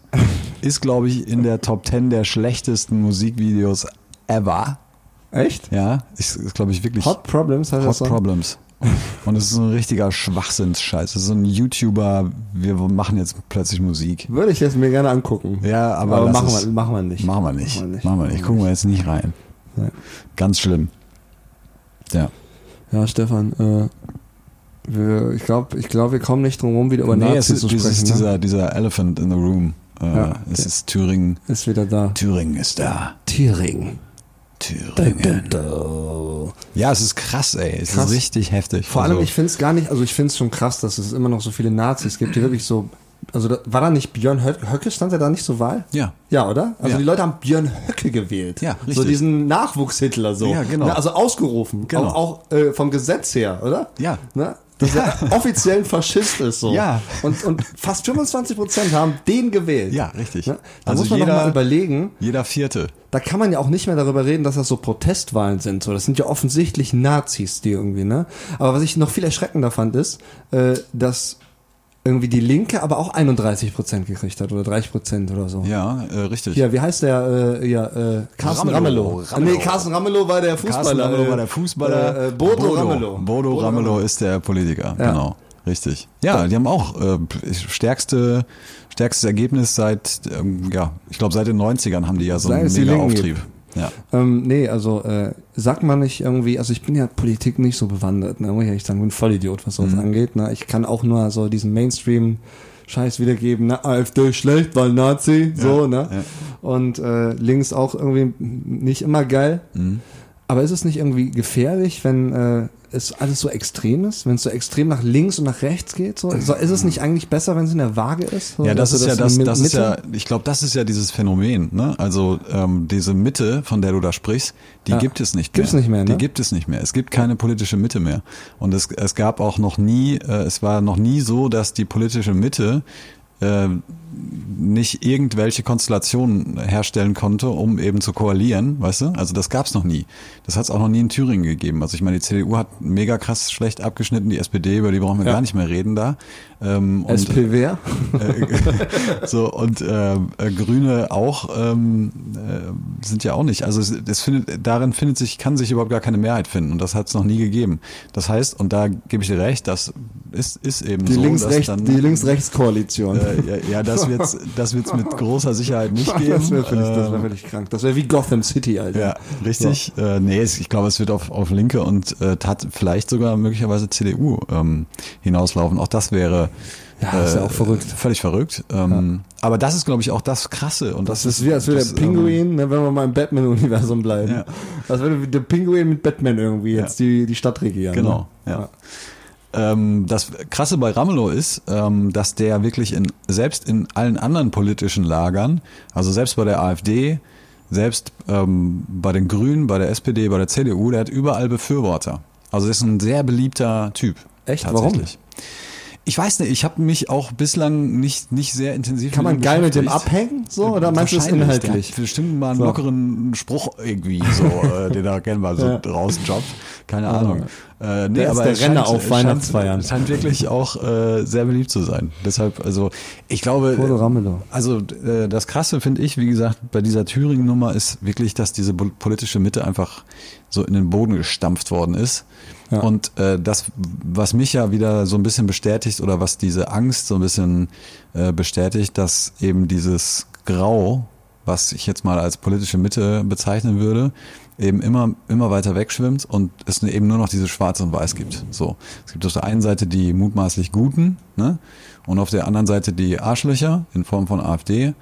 G: Ist, glaube ich, in der Top 10 der schlechtesten Musikvideos ever.
F: Echt?
G: Ja, ist, ist glaube ich, wirklich
F: Hot Problems heißt
G: Hot
F: das Song?
G: Problems. Und es ist so ein richtiger Schwachsinnsscheiß. Es ist so ein YouTuber, wir machen jetzt plötzlich Musik.
F: Würde ich jetzt mir gerne angucken.
G: Ja, aber,
F: aber
G: das
F: machen,
G: ist,
F: wir, machen wir nicht.
G: Machen wir nicht.
F: Machen wir nicht.
G: Machen wir nicht. Gucken wir jetzt nicht rein.
F: Ja.
G: Ganz schlimm. Ja.
F: Ja, Stefan, äh, wir, ich glaube, ich glaub, wir kommen nicht drum rum, wieder über
G: nee,
F: Nazis
G: es ist,
F: zu sprechen.
G: dieses,
F: ne?
G: dieser, dieser Elephant in the Room. Äh,
F: Ja,
G: Es
F: der-
G: ist Thüringen.
F: ist wieder da.
G: Thüringen ist da.
F: Tiering.
G: Thüringen. Ja, es ist krass, ey. Es
F: Krass.
G: ist richtig heftig.
F: Vor allem,
G: Also,
F: ich finde es gar nicht, also ich finde es schon krass, dass es immer noch so viele Nazis gibt, die wirklich so, also da, war da nicht Björn Höck, Höcke, stand er da nicht zur Wahl?
G: Ja.
F: Ja, oder? Also
G: Ja.
F: die Leute haben Björn Höcke gewählt.
G: Ja,
F: So
G: richtig.
F: diesen Nachwuchs-Hitler so.
G: Ja, genau.
F: Ne, also ausgerufen.
G: Genau.
F: Auch, auch äh, vom Gesetz her, oder?
G: Ja.
F: Ne? Dass er offiziell ein Faschist ist so.
G: Ja.
F: Und, und fast 25 Prozent haben den gewählt.
G: Ja, richtig.
F: Ne? Da
G: Also
F: muss man
G: jeder-
F: doch mal überlegen,
G: jeder Vierte.
F: da kann man ja auch nicht mehr darüber reden, dass das so Protestwahlen sind. So, das sind ja offensichtlich Nazis, die irgendwie, ne? Aber was ich noch viel erschreckender fand, ist, äh, dass irgendwie die Linke aber auch 31 Prozent gekriegt hat oder 30 Prozent oder so.
G: Ja, äh, richtig.
F: Ja, wie heißt der? Äh, ja, äh, Carsten
G: Ramelow.
F: Ramelow.
G: Ramelow.
F: Nee, Carsten Ramelow war der Fußballer.
G: Carsten Ramelow
F: äh,
G: war der Fußballer.
F: Äh, äh, Bodo, Ramelow.
G: Bodo Ramelow ist der Politiker,
F: Ja.
G: genau. Richtig. Ja, die haben auch äh, stärkste, stärkstes Ergebnis seit, ähm, ja, ich glaube seit den 90ern haben die ja so
F: Seit
G: einen
F: es die
G: mega
F: Linken
G: Auftrieb. Ja.
F: Ähm, nee, also äh, sagt man nicht irgendwie, also ich bin ja Politik nicht so bewandert, ne? muss ich ehrlich sagen, bin Vollidiot, was
G: Mhm.
F: sowas angeht. Ne? Ich kann auch nur so diesen Mainstream Scheiß wiedergeben, ne? AfD schlecht, weil Nazi, so, ne? Und äh, links auch irgendwie nicht immer geil.
G: Mhm.
F: Aber ist es nicht irgendwie gefährlich, wenn äh, es alles so extrem ist, wenn es so extrem nach links und nach rechts geht? So, so ist es nicht eigentlich besser, wenn es in der Waage ist? So,
G: Mhm. Ja, das
F: dass
G: ist
F: du
G: ja das,
F: mit-
G: das ist ja,
F: Mitte-
G: ich glaube, das ist ja dieses Phänomen, ne? Also ähm, diese Mitte, von der du da sprichst, die
F: Ja.
G: gibt es nicht mehr.
F: Gibt's nicht mehr, ne?
G: Die gibt es nicht mehr. Es gibt keine politische Mitte mehr. Und es, es gab auch noch nie, äh, es war noch nie so, dass die politische Mitte äh, nicht irgendwelche Konstellationen herstellen konnte, um eben zu koalieren, weißt du? Also das gab's noch nie. Das hat's auch noch nie in Thüringen gegeben. Also ich meine, die CDU hat mega krass schlecht abgeschnitten, die SPD, über die brauchen wir gar nicht mehr reden da. Ähm, und-
F: SPW?
G: äh, so und äh, äh, Grüne auch ähm, äh, sind ja auch nicht. Also es, es findet darin findet sich kann sich überhaupt gar keine Mehrheit finden und das hat es noch nie gegeben. Das heißt und da gebe ich dir recht, das ist ist eben
F: Die
G: so, dass
F: Links-Rechts-
G: dann
F: die Links-Rechts-Koalition.
G: äh, ja, ja, das wird's das wird's mit großer Sicherheit nicht geben.
F: Das wäre völlig, das
G: Ähm,
F: wär völlig krank. Das wäre wie Gotham City, Alter.
G: ja, richtig. Äh, nee, es- ich glaube, es wird auf, auf Linke und äh, tat vielleicht sogar möglicherweise CDU ähm, hinauslaufen. Auch das wäre äh,
F: Ja, ist ja auch verrückt.
G: Völlig verrückt. Ähm, Aber das ist, glaube ich, auch das Krasse. Und das,
F: Das ist wie, als würde
G: das, ähm,
F: der Pinguin, ne, wenn wir mal im Batman-Universum bleiben,
G: Ja.
F: als würde der Pinguin mit Batman irgendwie jetzt die, die Stadt regieren.
G: Ähm, genau.
F: Ne?
G: Ja. Ähm, das Krasse bei Ramelow ist, ähm, dass der wirklich in, selbst in allen anderen politischen Lagern, also selbst bei der AfD, selbst ähm, bei den Grünen, bei der SPD, bei der CDU, der hat überall Befürworter. Also ist ein sehr beliebter Typ.
F: Echt?
G: Tatsächlich. Ich weiß nicht, ich habe mich auch bislang nicht, nicht sehr intensiv
F: Kann
G: mit
F: man
G: ihm
F: geil mit dem
G: beschäftigt.
F: abhängen? So, oder meinst du es
G: Wahrscheinlich,
F: inhaltlich?
G: Der hat bestimmt mal einen
F: So.
G: lockeren Spruch irgendwie, so, äh, den er kennen wir, so
F: Ja.
G: draußen Job. Keine Ahnung. Äh, nee,
F: Der ist
G: aber
F: der
G: es
F: Renner
G: scheint-
F: auf
G: es
F: Weihnachtsfeiern.
G: Scheint, scheint wirklich auch äh, sehr beliebt zu sein. Deshalb, also ich glaube,
F: Bodo Ramelow.
G: also äh, das Krasse finde ich, wie gesagt, bei dieser Thüringen-Nummer ist wirklich, dass diese bol- politische Mitte einfach so in den Boden gestampft worden ist.
F: Ja.
G: Und äh, das, was mich ja wieder so ein bisschen bestätigt oder was diese Angst so ein bisschen äh, bestätigt, dass eben dieses Grau, was ich jetzt mal als politische Mitte bezeichnen würde, eben immer, immer weiter wegschwimmt und es ne, eben nur noch diese Schwarz und Weiß gibt. So. Es gibt auf der einen Seite die mutmaßlich Guten, ne? Und auf der anderen Seite die Arschlöcher in Form von AfD.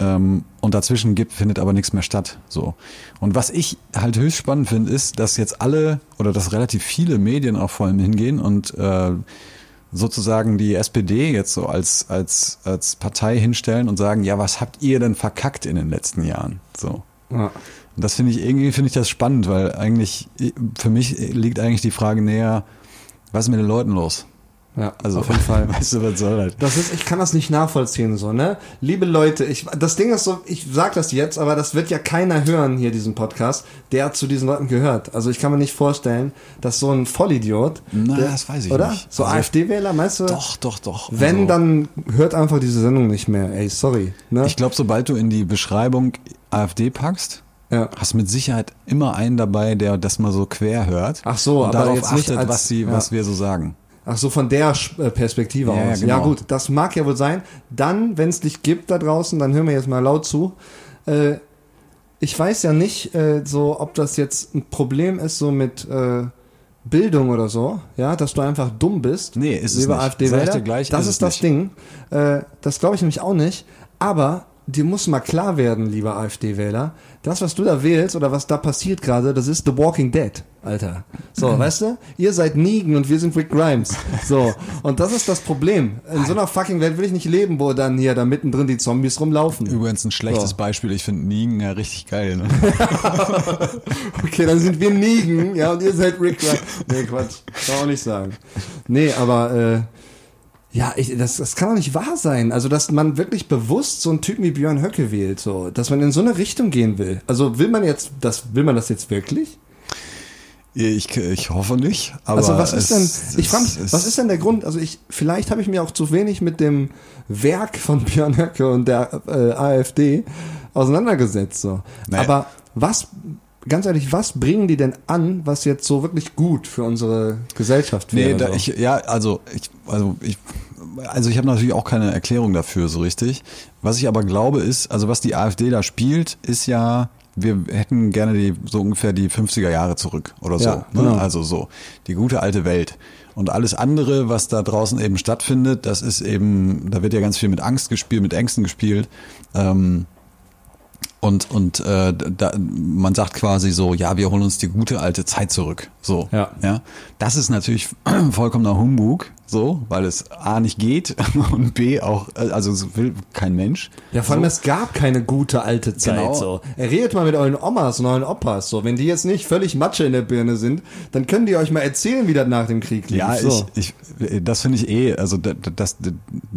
G: Ähm, und dazwischen gibt, findet aber nichts mehr statt. So. Und was ich halt höchst spannend finde, ist, dass jetzt alle oder dass relativ viele Medien auch vor allem hingehen und äh, sozusagen die SPD jetzt so als, als, als Partei hinstellen und sagen, ja, was habt ihr denn verkackt in den letzten Jahren? So.
F: Ja.
G: Und das finde ich irgendwie finde ich das spannend, weil eigentlich äh, für mich liegt eigentlich die Frage näher, was ist mit den Leuten los?
F: Ja,
G: Also
F: auf jeden Fall.
G: Weißt du, was soll das?
F: Das ist, ich kann das nicht nachvollziehen, so, ne? Liebe Leute, ich, das Ding ist so, ich sag das jetzt, aber das wird ja keiner hören hier, diesen Podcast, der zu diesen Leuten gehört. Also ich kann mir nicht vorstellen, dass so ein Vollidiot.
G: Na,
F: der,
G: das weiß ich
F: oder?
G: nicht.
F: So
G: Also-
F: AfD-Wähler, meinst du?
G: Doch, doch, doch.
F: Wenn,
G: Also-
F: dann hört einfach diese Sendung nicht mehr, ey, sorry, ne?
G: Ich glaube, sobald du in die Beschreibung AfD packst,
F: Ja.
G: hast mit Sicherheit immer einen dabei, der das mal so quer hört.
F: Ach so,
G: und
F: aber
G: darauf
F: jetzt nicht
G: achtet,
F: als-
G: was, sie,
F: ja.
G: was wir so sagen.
F: Ach so, von der Sch- äh, Perspektive
G: Ja, ja,
F: aus.
G: genau.
F: Ja gut, das mag ja wohl sein. Dann, wenn es dich gibt da draußen, dann hören wir jetzt mal laut zu. Äh, ich weiß ja nicht, äh, so ob das jetzt ein Problem ist, so mit äh, Bildung oder so, ja, dass du einfach dumm bist.
G: Nee, ist es
F: lieber
G: nicht.
F: AfD
G: Sag ich
F: -Wähler.
G: dir gleich,
F: das
G: ist
F: ist,
G: es
F: das
G: nicht.
F: Ding. Äh, das glaube ich nämlich auch nicht. Aber dir muss mal klar werden, lieber AfD-Wähler, das, was du da wählst oder was da passiert gerade, das ist The Walking Dead, Alter. So,
G: Mhm.
F: weißt du? Ihr seid Negan und wir sind Rick Grimes. So. Und das ist das Problem. In so einer fucking Welt will ich nicht leben, wo dann hier da mittendrin die Zombies rumlaufen.
G: Übrigens ein schlechtes
F: So.
G: Beispiel. Ich finde Nigen ja richtig geil. Ne?
F: Okay, dann sind wir Negan, ja, und ihr seid Rick Grimes. Nee, Quatsch. Kann man auch nicht sagen. Nee, aber, äh, ja, ich, das, das kann doch nicht wahr sein. Also, dass man wirklich bewusst so einen Typen wie Björn Höcke wählt, so. Dass man in so eine Richtung gehen will. Also, will man jetzt, das, will man das jetzt wirklich?
G: Ich, ich hoffe nicht. Aber
F: also was ist
G: es-
F: denn, ich frage mich,
G: es-
F: was ist denn der Grund? Also ich, vielleicht habe ich mir auch zu wenig mit dem Werk von Björn Höcke und der äh, AfD auseinandergesetzt. So.
G: Naja.
F: Aber was, ganz ehrlich, was bringen die denn an, was jetzt so wirklich gut für unsere Gesellschaft wäre?
G: Nee, da,
F: so?
G: ich, ja, also ich, also ich, also ich habe natürlich auch keine Erklärung dafür so richtig. Was ich aber glaube ist, also was die AfD da spielt, ist ja, wir hätten gerne die, so ungefähr die 50er Jahre zurück oder so.
F: Ja,
G: ne?
F: genau.
G: Also so, die gute alte Welt. Und alles andere, was da draußen eben stattfindet, das ist eben, da wird ja ganz viel mit Angst gespielt, mit Ängsten gespielt. Ähm, und und äh, da, man sagt quasi so, ja, wir holen uns die gute alte Zeit zurück. So.
F: Ja.
G: ja. Das ist natürlich vollkommener Humbug, so, weil es A nicht geht und B auch, äh, also es will kein Mensch.
F: ja, vor allem, es gab keine gute alte Zeit.
G: Genau.
F: So. Er redet mal mit euren Omas und euren Opas. So. Wenn die jetzt nicht völlig Matsche in der Birne sind, dann können die euch mal erzählen, wie das nach dem Krieg lief.
G: Ja,
F: so.
G: ich, ich, das finde ich eh, also da- da- das, das,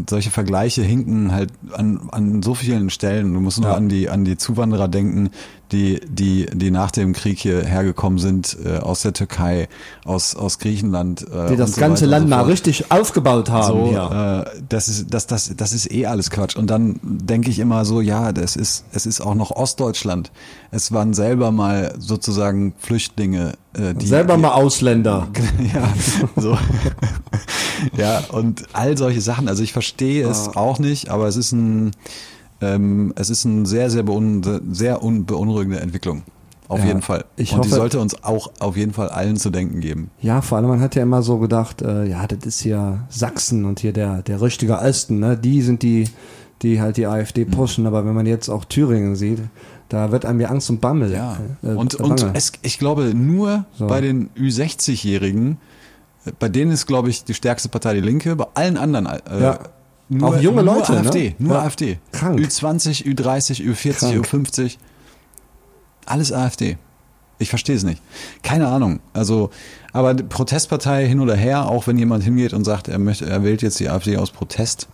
G: solche Vergleiche hinken halt an, an so vielen Stellen. Du musst nur an die an die Zuwanderer denken, die die die nach dem Krieg hierher gekommen sind äh, aus der Türkei, aus aus Griechenland, äh,
F: die
G: und
F: das
G: so
F: ganze
G: weiter und
F: Land
G: so
F: mal
G: fort.
F: richtig aufgebaut haben.
G: So,
F: hier.
G: äh, das ist das das das ist eh alles Quatsch. Und dann denke ich immer so, ja, das ist es ist auch noch Ostdeutschland. Es waren selber mal sozusagen Flüchtlinge, äh, die Genau.
F: Selber mal Ausländer.
G: ja, so. ja, und all solche Sachen. Also ich verstehe es
F: Ah.
G: auch nicht, aber es ist ein, ähm, es ist ein sehr, sehr, beun sehr un beunruhigende Entwicklung. Auf
F: Ja,
G: jeden Fall.
F: ich
G: und die
F: hoffe-
G: sollte uns auch auf jeden Fall allen zu denken geben.
F: Ja, vor allem, man hat ja immer so gedacht, äh, ja, das ist hier Sachsen und hier der, der richtige Osten, ne? Die sind die, die halt die AfD
G: Mhm.
F: pushen. Aber wenn man jetzt auch Thüringen sieht, da wird einem ja Angst und Bammel.
G: Ja.
F: äh,
G: und
F: äh,
G: und
F: bange.
G: es, ich glaube, nur bei den Ü60-Jährigen Bei denen ist, glaube ich, die stärkste Partei die Linke, bei allen anderen. Äh,
F: Ja. Auch junge
G: nur
F: Leute, ne?
G: AfD, Nur
F: Ja.
G: AfD.
F: Krank.
G: Ü20, Ü30, Ü40,
F: Krank.
G: Ü50. Alles AfD. Ich verstehe es nicht. Keine Ahnung. Also, aber die Protestpartei hin oder her, auch wenn jemand hingeht und sagt, er möchte, er wählt jetzt die AfD aus Protest,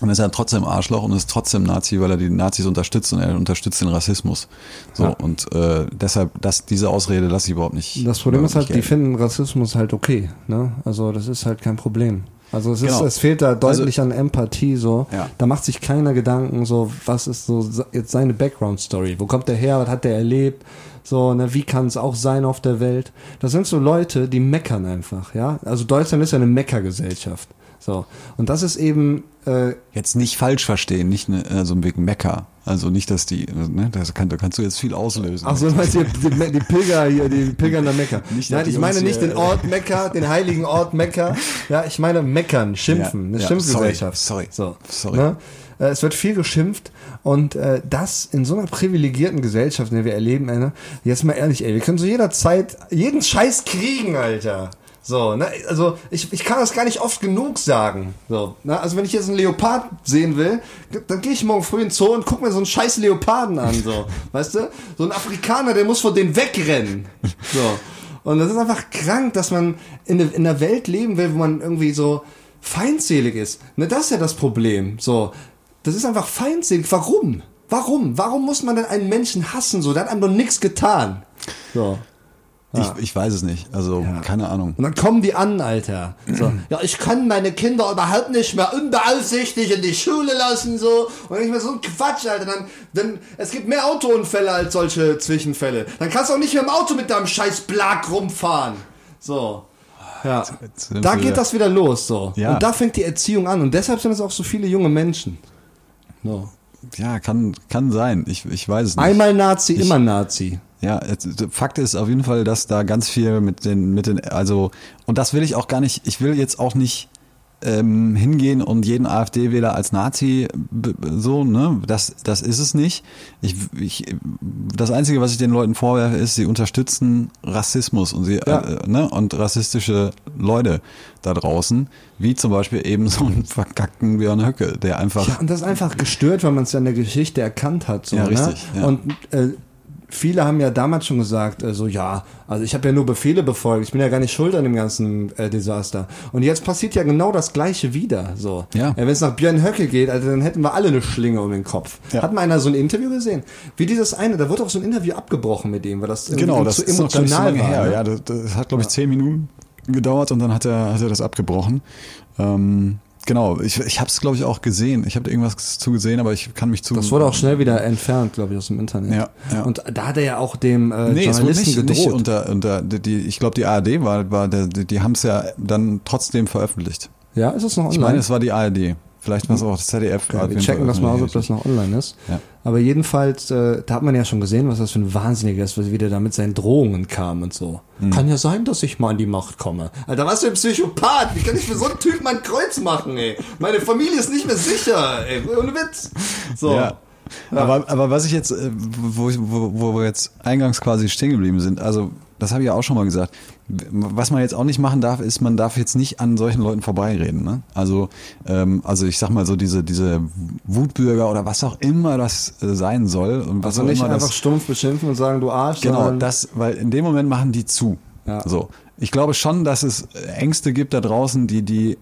G: dann ist er trotzdem Arschloch und ist trotzdem Nazi, weil er die Nazis unterstützt und er unterstützt den Rassismus. So,
F: Ja.
G: und äh, deshalb, das, diese Ausrede lasse ich überhaupt nicht.
F: Das Problem ist halt,
G: überhaupt
F: die
G: nicht gelten.
F: finden Rassismus halt okay. Ne? Also das ist halt kein Problem. Also es, ist,
G: Genau.
F: es fehlt da
G: Also-
F: deutlich an Empathie so.
G: Ja.
F: Da macht sich keiner Gedanken so, was ist so se- jetzt seine Background-Story? Wo kommt der her? Was hat der erlebt? So, ne, wie kann es auch sein auf der Welt? Das sind so Leute, die meckern einfach, ja. Also Deutschland ist ja eine Meckergesellschaft. So. Und das ist eben äh,
G: Jetzt nicht falsch verstehen, nicht ne, also wegen Mecker. Also nicht, dass die, ne, das kann, da kannst du jetzt viel auslösen.
F: Ach so, meinst du die, die, die Pilger hier, die Pilger nach Mekka?
G: Nicht, dass
F: Nein,
G: die
F: ich meine
G: uns
F: nicht
G: hier- äh,
F: den Ort Mekka, den heiligen Ort Mekka. Ja, ich meine meckern, schimpfen,
G: Ja,
F: eine
G: ja,
F: Schimpfgesellschaft.
G: sorry, sorry,
F: so,
G: sorry.
F: Ne? Äh, Es wird viel geschimpft und äh, das in so einer privilegierten Gesellschaft, in der wir erleben, ey, ne? jetzt mal ehrlich, ey, wir können zu jeder Zeit jeden Scheiß kriegen, Alter. So, ne, also ich, ich kann das gar nicht oft genug sagen. So, ne, also wenn ich jetzt einen Leopard sehen will, dann gehe ich morgen früh in den Zoo und guck mir so einen scheiß Leoparden an, so, weißt du? So ein Afrikaner, der muss vor denen wegrennen. So. Und das ist einfach krank, dass man in, ne- in einer Welt leben will, wo man irgendwie so feindselig ist. Ne, das ist ja das Problem. So, das ist einfach feindselig. Warum? Warum? Warum muss man denn einen Menschen hassen? So, der hat einem doch nichts getan. So.
G: ich, ich weiß es nicht. Also, keine Ahnung.
F: Und dann kommen die an, Alter. So,
G: Mhm.
F: ja, ich kann meine Kinder überhaupt nicht mehr unbeaufsichtigt in die Schule lassen, so. Und ich mir so ein Quatsch, Alter. Dann, dann, es gibt mehr Autounfälle als solche Zwischenfälle. Dann kannst du auch nicht mehr im Auto mit deinem scheiß Blag rumfahren. So. Ja.
G: jetzt sind
F: Da
G: wir-
F: geht das wieder los, so.
G: Ja.
F: Und da fängt die Erziehung an. Und deshalb sind es auch so viele junge Menschen. So.
G: Ja, kann, kann sein. Ich, ich weiß es nicht.
F: Einmal Nazi, immer Nazi.
G: Ja, es- Fakt ist auf jeden Fall, dass da ganz viel mit den, mit den, also, und das will ich auch gar nicht, ich will jetzt auch nicht ähm, hingehen und jeden AfD-Wähler als Nazi b- b- so, ne? Das, das ist es nicht. Ich, ich, das Einzige, was ich den Leuten vorwerfe, ist, sie unterstützen Rassismus und sie
F: Ja.
G: äh, ne? und rassistische Leute da draußen, wie zum Beispiel eben so einen verkackten Björn Höcke, der einfach.
F: Ja, und das ist einfach gestört, weil man es ja in der Geschichte erkannt hat. So,
G: Ja,
F: ne?
G: richtig, ja.
F: Und äh, viele haben ja damals schon gesagt, äh, so ja, also ich habe ja nur Befehle befolgt, ich bin ja gar nicht schuld an dem ganzen äh, Desaster. Und jetzt passiert ja genau das Gleiche wieder. So,
G: Ja.
F: Äh, wenn es nach Björn Höcke geht, also dann hätten wir alle eine Schlinge um den Kopf.
G: Ja.
F: Hat mal einer so ein Interview gesehen? Wie dieses eine, da wurde auch so ein Interview abgebrochen mit ihm, weil das irgendwie
G: Genau, das
F: zu
G: ist noch gar
F: emotional
G: nicht so lange
F: war.
G: her.
F: ne?
G: Ja, das, das hat, glaube ich, zehn Minuten gedauert und dann hat er, hat er das abgebrochen. Ähm, genau, ich, ich habe es, glaube ich, auch gesehen. Ich habe irgendwas zu gesehen, aber ich kann mich zu.
F: Das wurde auch schnell wieder entfernt, glaube ich, aus dem Internet.
G: Ja, ja.
F: Und da hat er ja auch dem äh,
G: Nee, es wurde
F: Journalisten
G: nicht,
F: gedroht.
G: nicht unter, unter die, die, ich glaube, die ARD war, war der, die, die haben es ja dann trotzdem veröffentlicht.
F: ja, ist es noch online?
G: Ich meine, es war die ARD. Vielleicht war es auch das ZDF.
F: Ja,
G: hat
F: Hm. wir
G: wen
F: checken das mal aus, ob das
G: veröffentlicht.
F: noch online ist.
G: Ja.
F: Aber jedenfalls, äh, da hat man ja schon gesehen, was das für ein Wahnsinniger ist, wie der da mit seinen Drohungen kam und so.
G: Hm.
F: Kann ja sein, dass ich mal an die Macht komme. Alter, was für ein Psychopath! Wie kann ich für so einen Typ mein Kreuz machen, ey? Meine Familie ist nicht mehr sicher, ey. Ohne Witz. So.
G: Ja. Aber, aber was ich jetzt, äh, wo, ich- wo, wo wir jetzt eingangs quasi stehen geblieben sind, also das habe ich ja auch schon mal gesagt. Was man jetzt auch nicht machen darf, ist, man darf jetzt nicht an solchen Leuten vorbeireden. Ne? Also, ähm, also ich sag mal so diese diese Wutbürger oder was auch immer das äh, sein soll und was
F: Also
G: auch
F: nicht
G: immer
F: einfach
G: das,
F: stumpf beschimpfen und sagen, du Arsch.
G: Genau,
F: sondern-
G: das, weil in dem Moment machen die zu.
F: Ja.
G: So. Ich glaube schon, dass es Ängste gibt da draußen, die, die,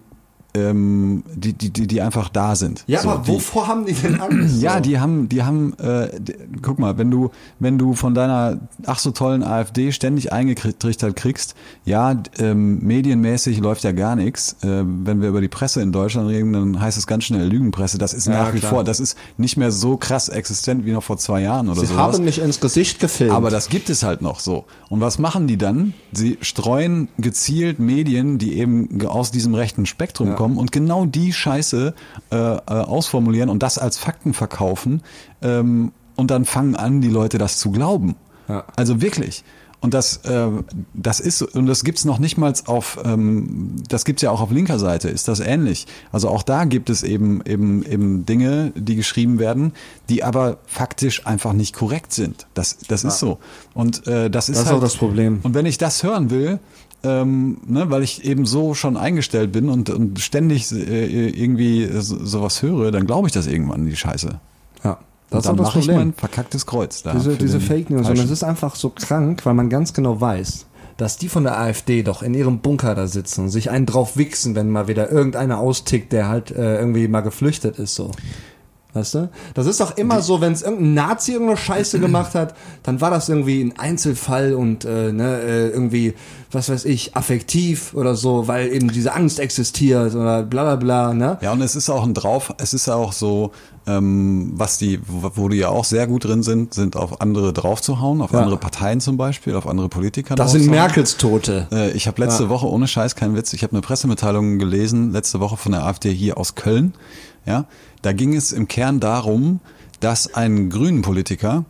G: ähm, die, die, die, die einfach da sind.
F: Ja,
G: so,
F: aber
G: die,
F: wovor haben die denn Angst?
G: ja,
F: So.
G: die haben, die haben, äh, d- guck mal, wenn du, wenn du von deiner ach so tollen AfD ständig eingetrichtert kriegst, ja, d- ähm, medienmäßig läuft ja gar nichts. Äh, wenn wir über die Presse in Deutschland reden, dann heißt es ganz schnell Lügenpresse. Das ist
F: Ja,
G: nach wie
F: klar.
G: vor, das ist nicht mehr so krass existent wie noch vor zwei Jahren oder
F: Sie
G: sowas.
F: haben mich ins Gesicht gefilmt.
G: Aber das gibt es halt noch so. Und was machen die dann? Sie streuen gezielt Medien, die eben ge- aus diesem rechten Spektrum kommen und genau die Scheiße äh, äh, ausformulieren und das als Fakten verkaufen. Ähm, und dann fangen an, die Leute das zu glauben.
F: Ja.
G: Also wirklich. Und das, äh, das ist, und das gibt's noch nicht mal auf, ähm, das gibt's ja auch auf linker Seite, ist das ähnlich. Also auch da gibt es eben, eben, eben Dinge, die geschrieben werden, die aber faktisch einfach nicht korrekt sind. Das, das ist so. Und äh, das ist
F: Das ist
G: halt,
F: auch das Problem.
G: Und wenn ich das hören will, ähm, ne, weil ich eben so schon eingestellt bin und, und ständig äh, irgendwie äh, so- sowas höre, dann glaube ich das irgendwann, die Scheiße.
F: Ja, das ist auch
G: und dann
F: das
G: mache ich
F: Problem.
G: mein verkacktes Kreuz da.
F: diese
G: für
F: diese
G: den
F: Fake News. Und
G: falschen.
F: es ist einfach so krank, weil man ganz genau weiß, dass die von der AfD doch in ihrem Bunker da sitzen und sich einen drauf wichsen, wenn mal wieder irgendeiner austickt, der halt äh, irgendwie mal geflüchtet ist, so. Weißt du? Das ist doch immer so, wenn es irgendein Nazi irgendeine Scheiße gemacht hat, dann war das irgendwie ein Einzelfall und äh, ne, äh, irgendwie, was weiß ich, affektiv oder so, weil eben diese Angst existiert oder bla bla bla, ne?
G: Ja, und es ist auch ein Drauf, es ist auch so, ähm, was die, wo wo die ja auch sehr gut drin sind, sind auf andere draufzuhauen, auf
F: Ja.
G: andere Parteien zum Beispiel, auf andere Politiker.
F: Das sind
G: draufzuhauen.
F: Merkels Tote.
G: Äh, Ich habe letzte Woche, ohne Scheiß, kein Witz, ich habe eine Pressemitteilung gelesen, letzte Woche von der AfD hier aus Köln. Ja, da ging es im Kern darum, dass ein Grünen-Politiker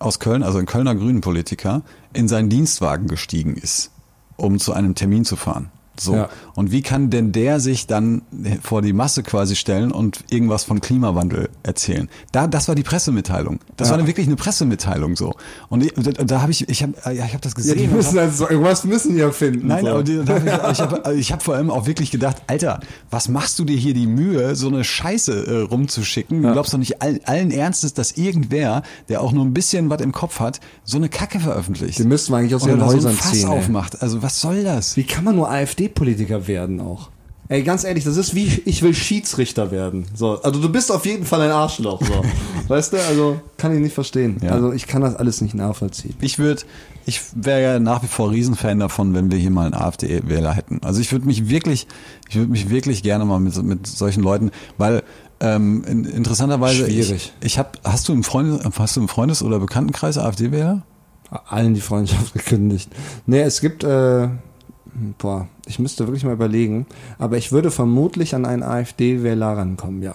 G: aus Köln, also ein Kölner Grünen-Politiker, in seinen Dienstwagen gestiegen ist, um zu einem Termin zu fahren. So.
F: Ja.
G: Und wie kann denn der sich dann vor die Masse quasi stellen und irgendwas von Klimawandel erzählen? Da, das war die Pressemitteilung. Das war dann wirklich eine Pressemitteilung so. Und ich, da, da habe ich, ich habe, ja, ich habe das gesehen. und hab-
F: also, irgendwas müssen die ja finden.
G: Nein,
F: so.
G: aber die, ich, ich habe ich hab vor allem auch wirklich gedacht, Alter, was machst du dir hier die Mühe, so eine Scheiße äh, rumzuschicken? Du glaubst doch nicht all, allen Ernstes, dass irgendwer, der auch nur ein bisschen was im Kopf hat, so eine Kacke veröffentlicht.
F: Die müssten wir eigentlich aus
G: Oder
F: ihren
G: da
F: Häusern
G: so ein Fass
F: ziehen, ey.
G: aufmacht. Also was soll das?
F: Wie kann man nur AfD-Politiker werden auch? Ey, ganz ehrlich, das ist wie ich will Schiedsrichter werden. So, also du bist auf jeden Fall ein Arschloch. So. weißt du, also kann ich nicht verstehen.
G: Ja.
F: Also ich kann das alles nicht nachvollziehen.
G: Ich würde, ich wäre ja nach wie vor Riesenfan davon, wenn wir hier mal einen AfD-Wähler hätten. Also ich würde mich wirklich, ich würde mich wirklich gerne mal mit, so- mit solchen Leuten, weil ähm, in, interessanterweise
F: Schwierig.
G: Ich, ich habe, hast du im Freundes, hast du im Freundes- oder Bekanntenkreis AfD-Wähler?
F: Allen die Freundschaft gekündigt. Nee, es gibt, äh, boah, ich müsste wirklich mal überlegen, aber ich würde vermutlich an einen AfD-Wähler rankommen, ja.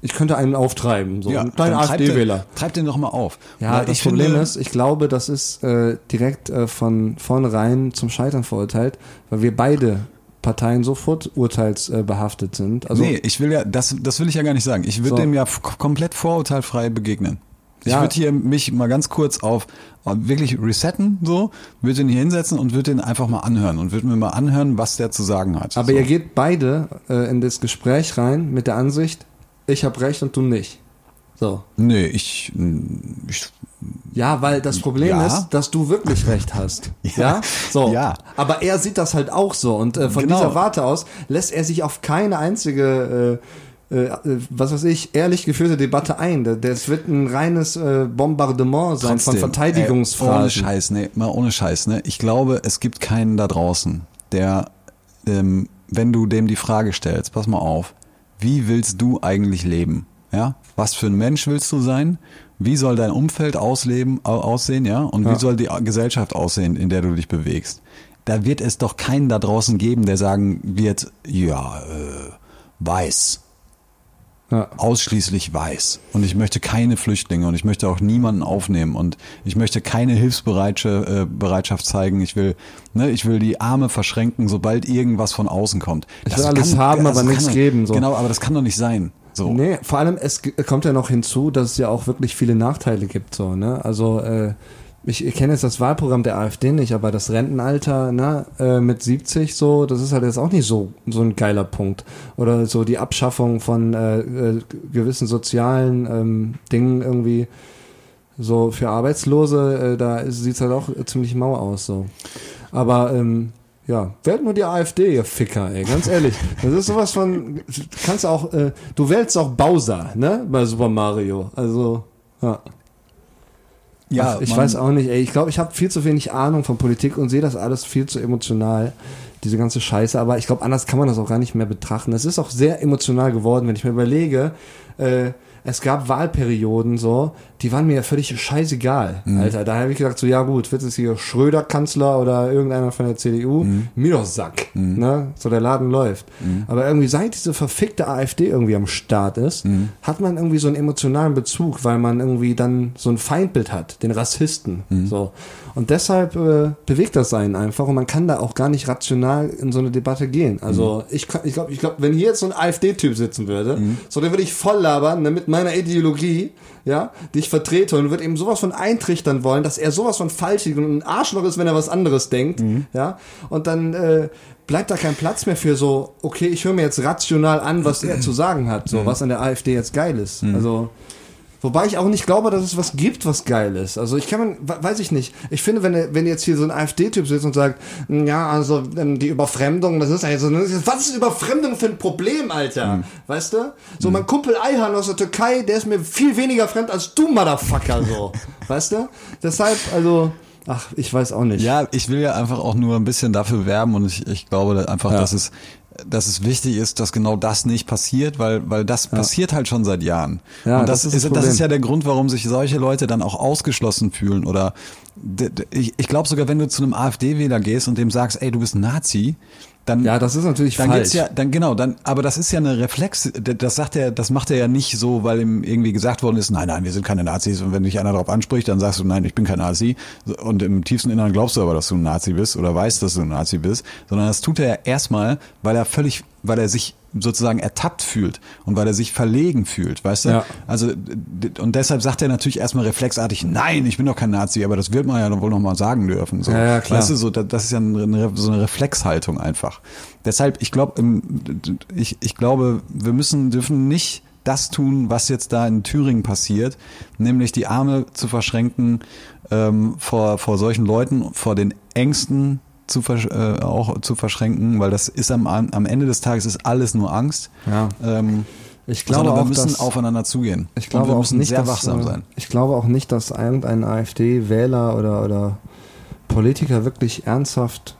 F: Ich könnte einen auftreiben, so einen kleinen
G: dann treibt
F: AfD-Wähler.
G: den- Treibt den doch mal auf.
F: Ja,
G: Weil
F: das
G: ich
F: Problem
G: finde,
F: ist, ich glaube, das ist äh, direkt äh, von vornherein zum Scheitern verurteilt, weil wir beide Parteien sofort urteilsbehaftet sind. Also,
G: nee, ich will ja, das, das will ich ja gar nicht sagen. Ich würde
F: So.
G: dem ja f- komplett vorurteilfrei begegnen. Ich
F: Ja.
G: würde hier mich mal ganz kurz auf auf wirklich resetten, so, würde den hier hinsetzen und würde den einfach mal anhören und würde mir mal anhören, was der zu sagen hat.
F: aber
G: so.
F: ihr geht beide äh, in das Gespräch rein mit der Ansicht, ich habe recht und du nicht. So.
G: Nee, ich, ich
F: Ja, weil das Problem
G: Ja.
F: ist, dass du wirklich recht hast. ja. So.
G: Ja.
F: Aber er sieht das halt auch so. Und äh, von
G: Genau.
F: dieser Warte aus lässt er sich auf keine einzige, äh, äh, äh, was weiß ich, ehrlich geführte Debatte ein. Da- Das wird ein reines äh, Bombardement sein
G: trotzdem,
F: von
G: ey, Ohne
F: Verteidigungsfragen.
G: Scheiß, ne, mal ohne Scheiß, ne. Ich glaube, es gibt keinen da draußen, der, ähm, wenn du dem die Frage stellst, pass mal auf, wie willst du eigentlich leben? Ja? Was für ein Mensch willst du sein? Wie soll dein Umfeld ausleben, au- aussehen, ja? Und wie soll die Gesellschaft aussehen, in der du dich bewegst? Da wird es doch keinen da draußen geben, der sagen wird, ja, äh, weiß
F: ja.
G: ausschließlich weiß. Und ich möchte keine Flüchtlinge und ich möchte auch niemanden aufnehmen und ich möchte keine Hilfsbereitschaft äh, Bereitschaft zeigen. Ich will, ne, ich will die Arme verschränken, sobald irgendwas von außen kommt.
F: will alles haben, aber
G: kann
F: nichts
G: doch-
F: geben, so.
G: Genau, aber das kann doch nicht sein. So.
F: Nee, vor allem es g- kommt ja noch hinzu, dass es ja auch wirklich viele Nachteile gibt, so, ne? Also, äh, ich ich kenne jetzt das Wahlprogramm der AfD nicht, aber das Rentenalter, ne, äh, mit 70 so, das ist halt jetzt auch nicht so, so ein geiler Punkt. Oder so die Abschaffung von äh, äh, gewissen sozialen ähm, Dingen irgendwie. So für Arbeitslose, äh, da sieht es halt auch ziemlich mau aus. so. Aber ähm, ja, wählt nur die AfD, ihr Ficker, ey, ganz ehrlich. Das ist sowas von, kannst auch, äh, du wählst auch Bowser, ne, bei Super Mario. Also, ja. Ach, ich
G: man-
F: weiß auch nicht, ey. Ich glaube, ich habe viel zu wenig Ahnung von Politik und sehe das alles viel zu emotional, diese ganze Scheiße. Aber ich glaube, anders kann man das auch gar nicht mehr betrachten. Es ist auch sehr emotional geworden, wenn ich mir überlege, äh, es gab Wahlperioden so, die waren mir ja völlig scheißegal, Alter. Da habe ich gesagt, so, ja gut, wird es hier Schröder Kanzler oder irgendeiner von der CDU? Mir doch Sack, ne? So der Laden läuft. Aber irgendwie seit diese verfickte AfD irgendwie am Start ist, hat man irgendwie so einen emotionalen Bezug, weil man irgendwie dann so ein Feindbild hat, den Rassisten, so. Und deshalb äh, bewegt das einen einfach und man kann da auch gar nicht rational in so eine Debatte gehen. Also ich, kann- ich glaube, ich glaub, wenn hier jetzt so ein AfD-Typ sitzen würde, so den würde ich voll labern ne, mit meiner Ideologie, ja, die ich vertrete und würde ihm sowas von eintrichtern wollen, dass er sowas von falsch liegt und ein Arschloch ist, wenn er was anderes denkt, ja. Und dann äh, bleibt da kein Platz mehr für so, okay, ich höre mir jetzt rational an, was er zu sagen hat,
G: Mhm.
F: so was an der AfD jetzt geil ist. Also Wobei ich auch nicht glaube, dass es was gibt, was geil ist. Also ich kann man, we- weiß ich nicht. Ich finde, wenn, wenn jetzt hier so ein AfD-Typ sitzt und sagt, ja, also ähm, die Überfremdung, das ist ja so, was ist Überfremdung für ein Problem,
G: Mhm.
F: Alter? Weißt du? So mein Kumpel Eihan aus der Türkei, der ist mir viel weniger fremd als du, Motherfucker, so. weißt du? Deshalb, also, ach, ich weiß auch nicht.
G: Ja, ich will ja einfach auch nur ein bisschen dafür werben und ich, ich glaube da einfach, dass es dass es wichtig ist, dass genau das nicht passiert, weil weil das passiert halt schon seit Jahren.
F: Ja,
G: und das,
F: das ist
G: ist,
F: das
G: das
F: Problem.
G: ist ja der Grund, warum sich solche Leute dann auch ausgeschlossen fühlen oder d- d- ich, ich glaube sogar, wenn du zu einem AfD-Wähler gehst und dem sagst, ey, du bist ein Nazi, dann
F: Ja, das ist natürlich
G: dann
F: falsch.
G: gibt's ja, dann genau, dann, aber das ist ja eine Reflex, d- das sagt er, das macht er ja nicht so, weil ihm irgendwie gesagt worden ist, nein, nein, wir sind keine Nazis und wenn dich einer darauf anspricht, dann sagst du, nein, ich bin kein Nazi So, und im tiefsten Inneren glaubst du aber, dass du ein Nazi bist oder weißt, dass du ein Nazi bist, sondern das tut er ja erstmal, weil er völlig, weil er sich sozusagen ertappt fühlt und weil er sich verlegen fühlt, weißt du?
F: Ja.
G: Also d- d- und deshalb sagt er natürlich erstmal reflexartig, nein, ich bin doch kein Nazi, aber das wird man ja wohl noch mal sagen dürfen. So.
F: Ja, ja, klar.
G: Weißt du, so, da- das ist ja eine, eine- so eine Reflexhaltung einfach. Deshalb, ich glaube, ich, ich glaube, wir müssen, dürfen nicht das tun, was jetzt da in Thüringen passiert, nämlich die Arme zu verschränken ähm, vor, vor solchen Leuten, vor den Ängsten zu versch äh, auch zu verschränken, weil das ist am, am Ende des Tages ist alles nur Angst.
F: Ja.
G: Ähm,
F: Ich glaube
G: sondern wir
F: auch,
G: müssen
F: dass-
G: aufeinander zugehen.
F: Ich glaube
G: Und wir
F: auch
G: müssen
F: nicht,
G: sehr
F: dass,
G: wachsam
F: äh,
G: sein.
F: Ich glaube auch nicht, dass irgendein AfD-Wähler oder, oder Politiker wirklich ernsthaft,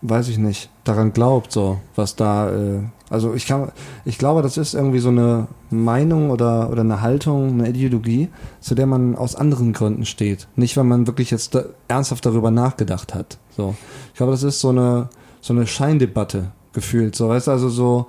F: weiß ich nicht, daran glaubt, so, was da, äh, also ich kann, ich glaube, das ist irgendwie so eine Meinung oder, oder eine Haltung, eine Ideologie, zu der man aus anderen Gründen steht. Nicht, weil man wirklich jetzt da, ernsthaft darüber nachgedacht hat, so. Ich glaube, das ist so eine, so eine Scheindebatte gefühlt, so, weißt du, also so,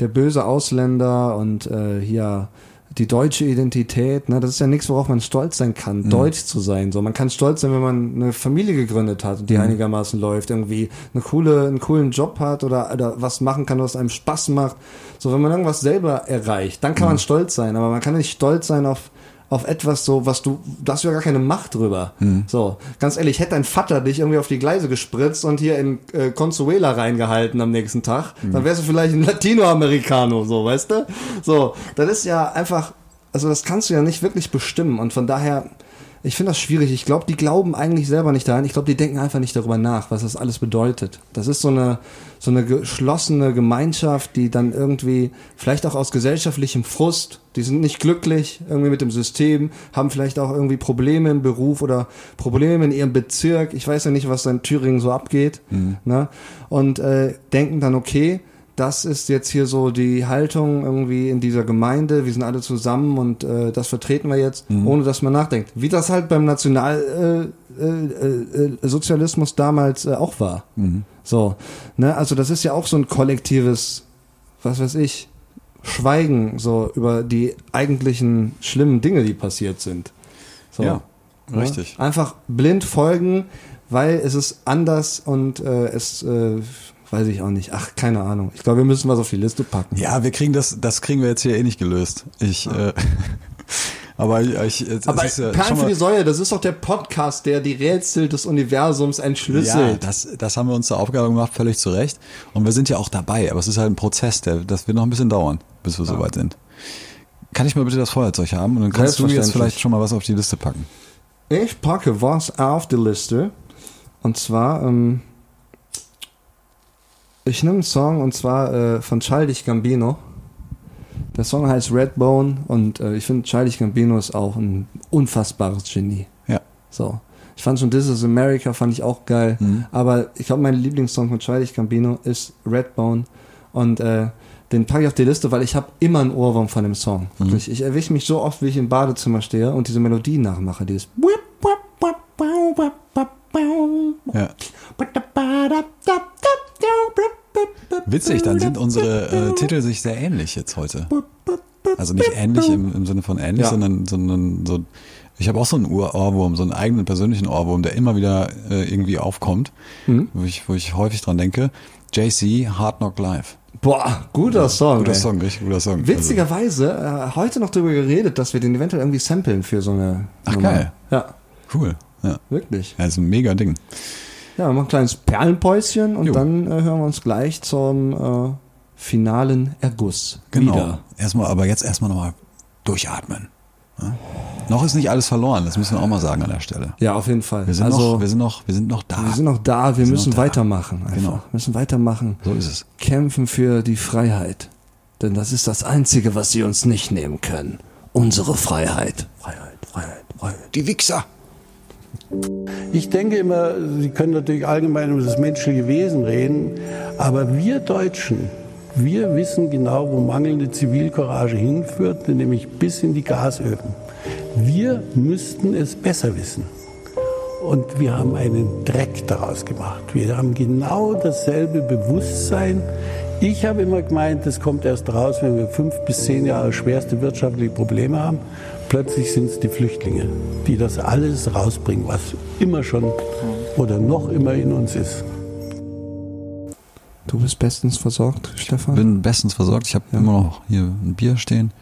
F: der böse Ausländer und äh, hier die deutsche Identität, ne, das ist ja nichts, worauf man stolz sein kann, deutsch zu sein. So, man kann stolz sein, wenn man eine Familie gegründet hat, die einigermaßen läuft, irgendwie eine coole, einen coolen Job hat oder, oder was machen kann, was einem Spaß macht. So, wenn man irgendwas selber erreicht, dann kann man stolz sein, aber man kann nicht stolz sein auf auf etwas so, was du, du hast ja gar keine Macht drüber. So, ganz ehrlich, hätte dein Vater dich irgendwie auf die Gleise gespritzt und hier in äh, Consuela reingehalten am nächsten Tag, dann wärst du vielleicht ein Latinoamericano, so, weißt du? So, das ist ja einfach, also das kannst du ja nicht wirklich bestimmen und von daher, ich finde das schwierig. Ich glaube, die glauben eigentlich selber nicht daran. Ich glaube, die denken einfach nicht darüber nach, was das alles bedeutet. Das ist so eine, so eine geschlossene Gemeinschaft, die dann irgendwie, vielleicht auch aus gesellschaftlichem Frust, die sind nicht glücklich irgendwie mit dem System, haben vielleicht auch irgendwie Probleme im Beruf oder Probleme in ihrem Bezirk. Ich weiß ja nicht, was da in Thüringen so abgeht. Ne? Und äh, denken dann, okay, das ist jetzt hier so die Haltung irgendwie in dieser Gemeinde. Wir sind alle zusammen und äh, das vertreten wir jetzt,
G: Mhm.
F: ohne dass man nachdenkt. Wie das halt beim Nationalsozialismus äh, äh, äh, Sozialismus damals äh, auch war.
G: Mhm.
F: So, ne? Also das ist ja auch so ein kollektives, was weiß ich, Schweigen so über die eigentlichen schlimmen Dinge, die passiert sind. So.
G: Ja, richtig.
F: Ne? Einfach blind folgen, weil es ist anders und äh, es äh, weiß ich auch nicht. Ach, keine Ahnung. Ich glaube, wir müssen was auf die Liste packen.
G: Ja, wir kriegen das, das kriegen wir jetzt hier eh nicht gelöst. Ich, äh, aber ich, ich es
F: Ah. Aber
G: ist ja
F: Perlen
G: schon
F: für
G: mal-
F: die Säue, das ist doch der Podcast, der die Rätsel des Universums
G: ja,
F: entschlüsselt.
G: das, das haben wir uns zur Aufgabe gemacht, völlig zu Recht. Und wir sind ja auch dabei, aber es ist halt ein Prozess, der, das wird noch ein bisschen dauern, bis wir soweit sind. Kann ich mal bitte das Feuerzeug haben? Und dann kannst du jetzt
F: Selbstverständlich.
G: vielleicht schon mal was auf die Liste packen.
F: ich packe was auf die Liste. Und zwar, ähm, ich nehme einen Song und zwar äh, von Childish Gambino. Der Song heißt Redbone und äh, ich finde Childish Gambino ist auch ein unfassbares Genie.
G: Ja.
F: So. Ich fand schon This is America, fand ich auch geil.
G: Mhm.
F: Aber ich glaube, mein Lieblingssong von Childish Gambino ist Redbone. Und äh, den packe ich auf die Liste, weil ich habe immer einen Ohrwurm von dem Song.
G: Mhm.
F: Wirklich. Ich erwische mich so oft, wie ich im Badezimmer stehe und diese Melodie nachmache. Dieses
G: Ja. Witzig, dann sind unsere äh, Titel sich sehr ähnlich jetzt heute. Also nicht ähnlich im, im Sinne von ähnlich,
F: Ja.
G: sondern, sondern so Ich habe auch so einen Ur-Ohrwurm, so einen eigenen persönlichen Ohrwurm, der immer wieder äh, irgendwie aufkommt, wo, ich, wo ich häufig dran denke. JC, Hard Knock Live.
F: Boah, guter Song.
G: Guter
F: ey.
G: Song, richtig guter Song.
F: Witzigerweise äh, heute noch drüber geredet, dass wir den eventuell irgendwie samplen für so eine.
G: Ach,
F: Nummer.
G: geil.
F: Ja,
G: Also, cool. Ja.
F: wirklich.
G: ja, ist ein mega Ding.
F: Ja, wir machen ein kleines Perlenpäuschen und
G: Jo.
F: dann äh, hören wir uns gleich zum äh, finalen Erguss.
G: Genau.
F: Wieder.
G: Erstmal, aber jetzt erstmal nochmal durchatmen. Ja? Noch ist nicht alles verloren, das müssen wir auch mal sagen an der Stelle.
F: Ja, auf jeden Fall.
G: Wir sind,
F: also,
G: noch, wir sind, noch, wir sind noch da.
F: wir sind noch da, wir,
G: sind
F: müssen
G: noch da.
F: weitermachen. Einfach.
G: Genau.
F: Genau. müssen weitermachen.
G: so ist es.
F: Kämpfen für die Freiheit. Denn das ist das Einzige, was sie uns nicht nehmen können. Unsere Freiheit. Freiheit, Freiheit, Freiheit.
G: Die Wichser.
J: Ich denke immer, Sie können natürlich allgemein über das menschliche Wesen reden, aber wir Deutschen, wir wissen genau, wo mangelnde Zivilcourage hinführt, nämlich bis in die Gasöfen. Wir müssten es besser wissen. Und wir haben einen Dreck daraus gemacht. Wir haben genau dasselbe Bewusstsein. Ich habe immer gemeint, das kommt erst raus, wenn wir fünf bis zehn Jahre schwerste wirtschaftliche Probleme haben. Plötzlich sind es die Flüchtlinge, die das alles rausbringen, was immer schon oder noch immer in uns ist.
F: Du bist bestens versorgt, Stefan.
G: Bin bestens versorgt. Ich habe immer noch hier ein Bier stehen.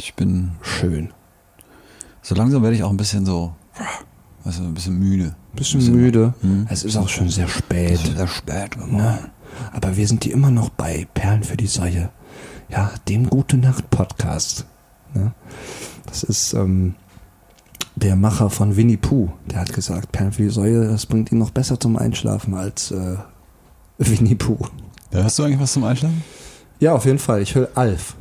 G: Ich bin
F: schön.
G: So langsam werde ich auch ein bisschen so, also ein bisschen müde.
F: Bisschen müde. Es ist auch schon sehr spät.
G: Sehr spät
F: Ja. Aber wir sind hier immer noch bei Perlen für die Säue. Ja, dem Gute Nacht Podcast. Ja. Das ist ähm, der Macher von Winnie Pooh. Der hat gesagt, Perlen für die Säue, das bringt ihn noch besser zum Einschlafen als äh, Winnie Pooh.
G: Da hast du eigentlich was zum Einschlafen?
F: Ja, auf jeden Fall. Ich höre Alf.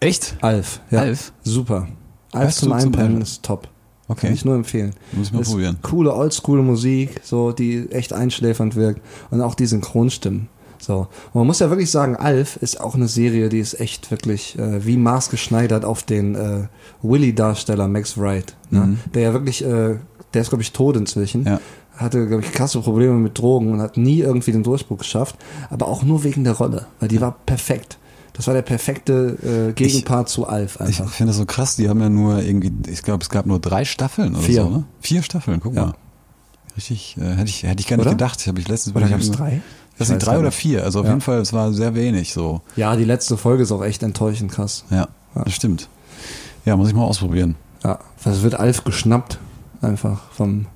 G: Echt?
F: Alf. Ja.
G: Alf?
F: Super. Alf
G: Hörst
F: zum
G: du zum
F: Einpennen
G: Einpennen?
F: ist top.
G: Okay.
F: Kann ich nur empfehlen.
G: Muss ich mal
F: Ist
G: probieren.
F: Coole Oldschool-Musik, so, die echt einschläfernd wirkt. Und auch die Synchronstimmen. So. Und man muss ja wirklich sagen, Alf ist auch eine Serie, die ist echt wirklich äh, wie maßgeschneidert auf den äh, Willy-Darsteller Max Wright. Ne? Der ja wirklich, äh, der ist, glaube ich, tot inzwischen.
G: Mhm. Ja.
F: Hatte, glaube ich, krasse Probleme mit Drogen und hat nie irgendwie den Durchbruch geschafft. Aber auch nur wegen der Rolle, weil die war perfekt. Das war der perfekte äh, Gegenpart zu Alf
G: Ich
F: einfach.
G: finde das so krass, die haben ja nur irgendwie, ich glaube, es gab nur drei Staffeln oder
F: Vier.
G: so, ne? Vier Staffeln, guck
F: Ja.
G: mal. Richtig, äh, hätte ich, hätte ich gar nicht
F: Oder?
G: gedacht. Habe ich letztens
F: Oder
G: ich
F: gab's
G: hab-
F: drei?
G: Das
F: Ich
G: sind
F: weiß
G: drei
F: gar
G: oder
F: nicht.
G: vier. Also auf
F: Ja.
G: jeden Fall, es war sehr wenig so.
F: ja, die letzte Folge ist auch echt enttäuschend krass.
G: Ja,
F: Ja.
G: das stimmt. Ja, muss ich mal ausprobieren.
F: Ja, das wird Alf geschnappt, einfach vom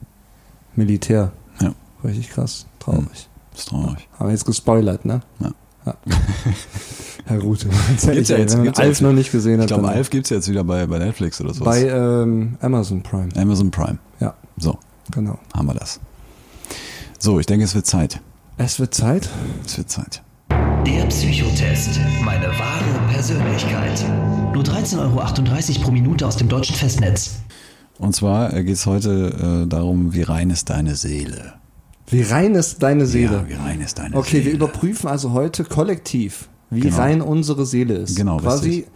F: Militär.
G: Ja.
F: Richtig krass, traurig.
G: Ist traurig.
F: Haben wir jetzt gespoilert, ne?
G: Hm. Ja.
F: Ja, ja gut. Ganz ehrlich,
G: ja
F: ey,
G: jetzt-
F: wenn man
G: gibt's ja
F: Alf
G: jetzt.
F: noch nicht gesehen hat,
G: Ich glaube,
F: dann
G: Alf gibt's jetzt wieder bei, bei Netflix oder so.
F: halt bei ähm, Amazon Prime.
G: Amazon Prime.
F: Ja,
G: So,
F: genau.
G: haben wir das. So, ich denke, es wird Zeit.
F: Es wird Zeit.
G: Es wird Zeit.
E: Der Psychotest. Meine wahre Persönlichkeit. Nur 13,38 Euro pro Minute aus dem deutschen Festnetz.
G: Und zwar geht es heute äh, darum, wie rein ist deine Seele?
F: Wie rein ist deine Seele?
G: Ja, wie rein ist deine
F: okay, wir
G: Seele?
F: überprüfen also heute kollektiv, wie
G: Genau.
F: rein unsere Seele ist.
G: Genau,
F: Quasi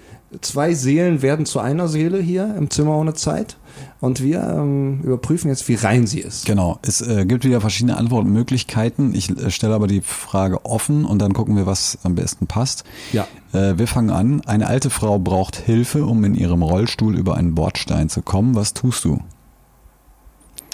F: zwei Seelen werden zu einer Seele hier im Zimmer ohne Zeit. Und wir ähm, überprüfen jetzt, wie rein sie ist.
G: Genau, es äh, gibt wieder verschiedene Antwortmöglichkeiten. Ich äh, stelle aber die Frage offen und dann gucken wir, was am besten passt.
F: Ja.
G: Äh, wir fangen an. Eine alte Frau braucht Hilfe, um in ihrem Rollstuhl über einen Bordstein zu kommen. Was tust du?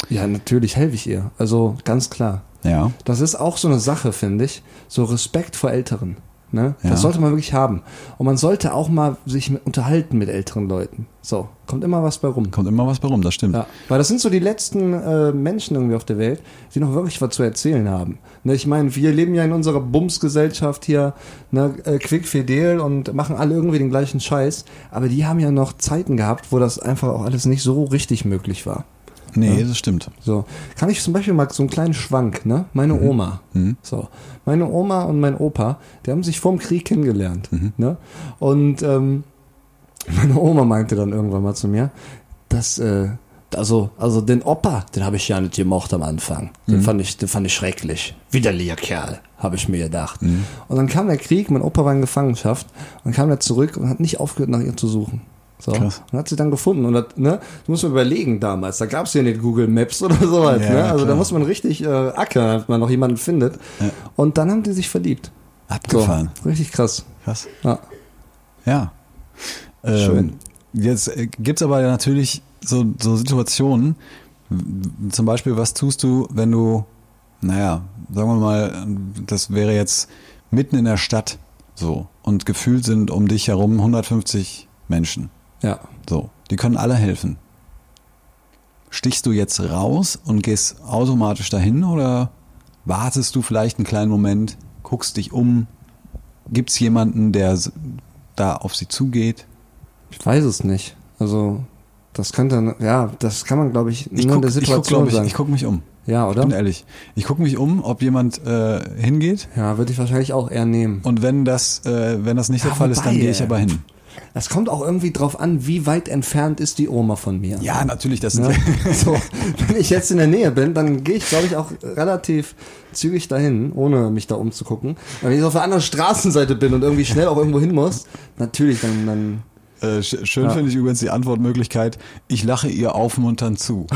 F: Ja, natürlich helfe ich ihr. Also ganz klar.
G: Ja.
F: Das ist auch so eine Sache, finde ich. So Respekt vor Älteren. Ne?
G: Ja.
F: Das sollte man wirklich haben. Und man sollte auch mal sich mit, unterhalten mit älteren Leuten. So, kommt immer was bei rum.
G: Kommt immer was bei rum, das stimmt.
F: Ja, weil das sind so die letzten äh, Menschen irgendwie auf der Welt, die noch wirklich was zu erzählen haben. Ne, ich meine, wir leben ja in unserer Bumsgesellschaft hier, ne, äh, quick, fidel und machen alle irgendwie den gleichen Scheiß. Aber die haben ja noch Zeiten gehabt, wo das einfach auch alles nicht so richtig möglich war.
G: Nee, das stimmt.
F: So, kann ich zum Beispiel mal so einen kleinen Schwank, ne? Meine Oma. So, meine Oma und mein Opa, die haben sich vorm Krieg kennengelernt, ne? Und ähm, meine Oma meinte dann irgendwann mal zu mir, dass, äh, also, also den Opa, den habe ich ja nicht gemocht am Anfang.
G: Mhm.
F: Den, fand, ich, den fand ich schrecklich. Widerlicher Kerl, habe ich mir gedacht.
G: Mhm.
F: Und dann kam der Krieg, mein Opa war in Gefangenschaft und kam da zurück und hat nicht aufgehört, nach ihr zu suchen. So.
G: Krass.
F: Und hat sie dann gefunden. Und das, ne, das muss man überlegen damals. Da gab es ja nicht Google Maps oder sowas.
G: Ja,
F: ne? Also
G: klar.
F: da muss man richtig äh, ackern, damit man noch jemanden findet. Und dann haben die sich verliebt.
G: Abgefahren.
F: So, richtig krass.
G: Krass.
F: Ja.
G: Ja. Ähm,
F: Schön.
G: Jetzt äh, gibt's aber natürlich so, so Situationen, w- zum Beispiel, was tust du, wenn du, naja, sagen wir mal, ähm, das wäre jetzt mitten in der Stadt so und gefühlt sind um dich herum 150 Menschen.
F: Ja.
G: So, die können alle helfen. Stichst du jetzt raus und gehst automatisch dahin oder wartest du vielleicht einen kleinen Moment, guckst dich um, gibt es jemanden, der s- da auf sie zugeht?
F: Ich weiß es nicht. Also, das könnte, ja, das kann man, glaube ich, nur
G: Ich
F: in
G: gucke
F: der
G: ich
F: Situation
G: guck, glaub ich,
F: sagen.
G: ich guck mich um.
F: ja,
G: Ich
F: oder?
G: bin ehrlich. Ich gucke mich um, ob jemand äh, hingeht.
F: Ja, würde ich wahrscheinlich auch eher nehmen.
G: Und wenn das, äh, wenn das nicht der
F: Ja,
G: Fall ist, dann
F: wobei,
G: gehe ich
F: ey.
G: aber hin.
F: Das kommt auch irgendwie drauf an, wie weit entfernt ist die Oma von mir.
G: Ja, natürlich, das
F: Ne?
G: sind
F: so, wenn ich jetzt in der Nähe bin, dann gehe ich, glaube ich, auch relativ zügig dahin, ohne mich da umzugucken. Und wenn ich auf der anderen Straßenseite bin und irgendwie schnell auch irgendwo hin muss, natürlich, dann, dann
G: Äh, sch- schön
F: Ja.
G: finde ich übrigens die Antwortmöglichkeit, ich lache ihr aufmunternd zu.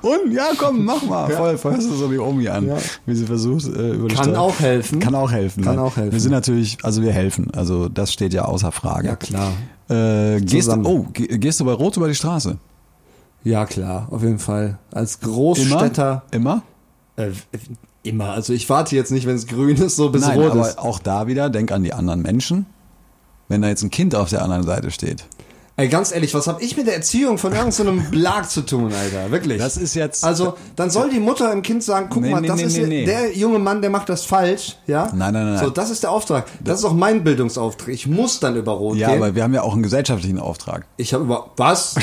G: Und ja, komm, mach mal. Voll, feuerst du so die Omi an,
F: Ja.
G: wie sie versucht, äh, über die
F: Kann
G: Stadt-
F: auch helfen.
G: Kann auch helfen.
F: Kann
G: ne?
F: auch helfen.
G: Wir sind natürlich, also wir helfen. Also das steht ja außer Frage.
F: Ja, klar.
G: Äh, gehst, du,
F: Zusammen.
G: oh, ge- gehst du bei Rot über die Straße?
F: ja klar, auf jeden Fall. Als Großstädter
G: Immer?
F: äh, immer. Also ich warte jetzt nicht, wenn es grün ist, so bis
G: Nein,
F: rot
G: aber
F: ist.
G: auch da wieder, denk an die anderen Menschen. Wenn da jetzt ein Kind auf der anderen Seite steht.
F: Ey, ganz ehrlich, was hab ich mit der Erziehung von irgendeinem Blag zu tun, Alter? Wirklich.
G: Das ist jetzt-
F: Also, dann soll die Mutter im Kind sagen, guck
G: Nee,
F: mal,
G: nee,
F: das
G: nee,
F: ist
G: nee, nee.
F: der junge Mann, der macht das falsch, ja?
G: Nein, nein, nein,
F: So,
G: nein.
F: das ist der Auftrag. Das ist auch mein Bildungsauftrag. Ich muss dann über Rot
G: Ja,
F: gehen.
G: aber wir haben ja auch einen gesellschaftlichen Auftrag.
F: ich habe über was?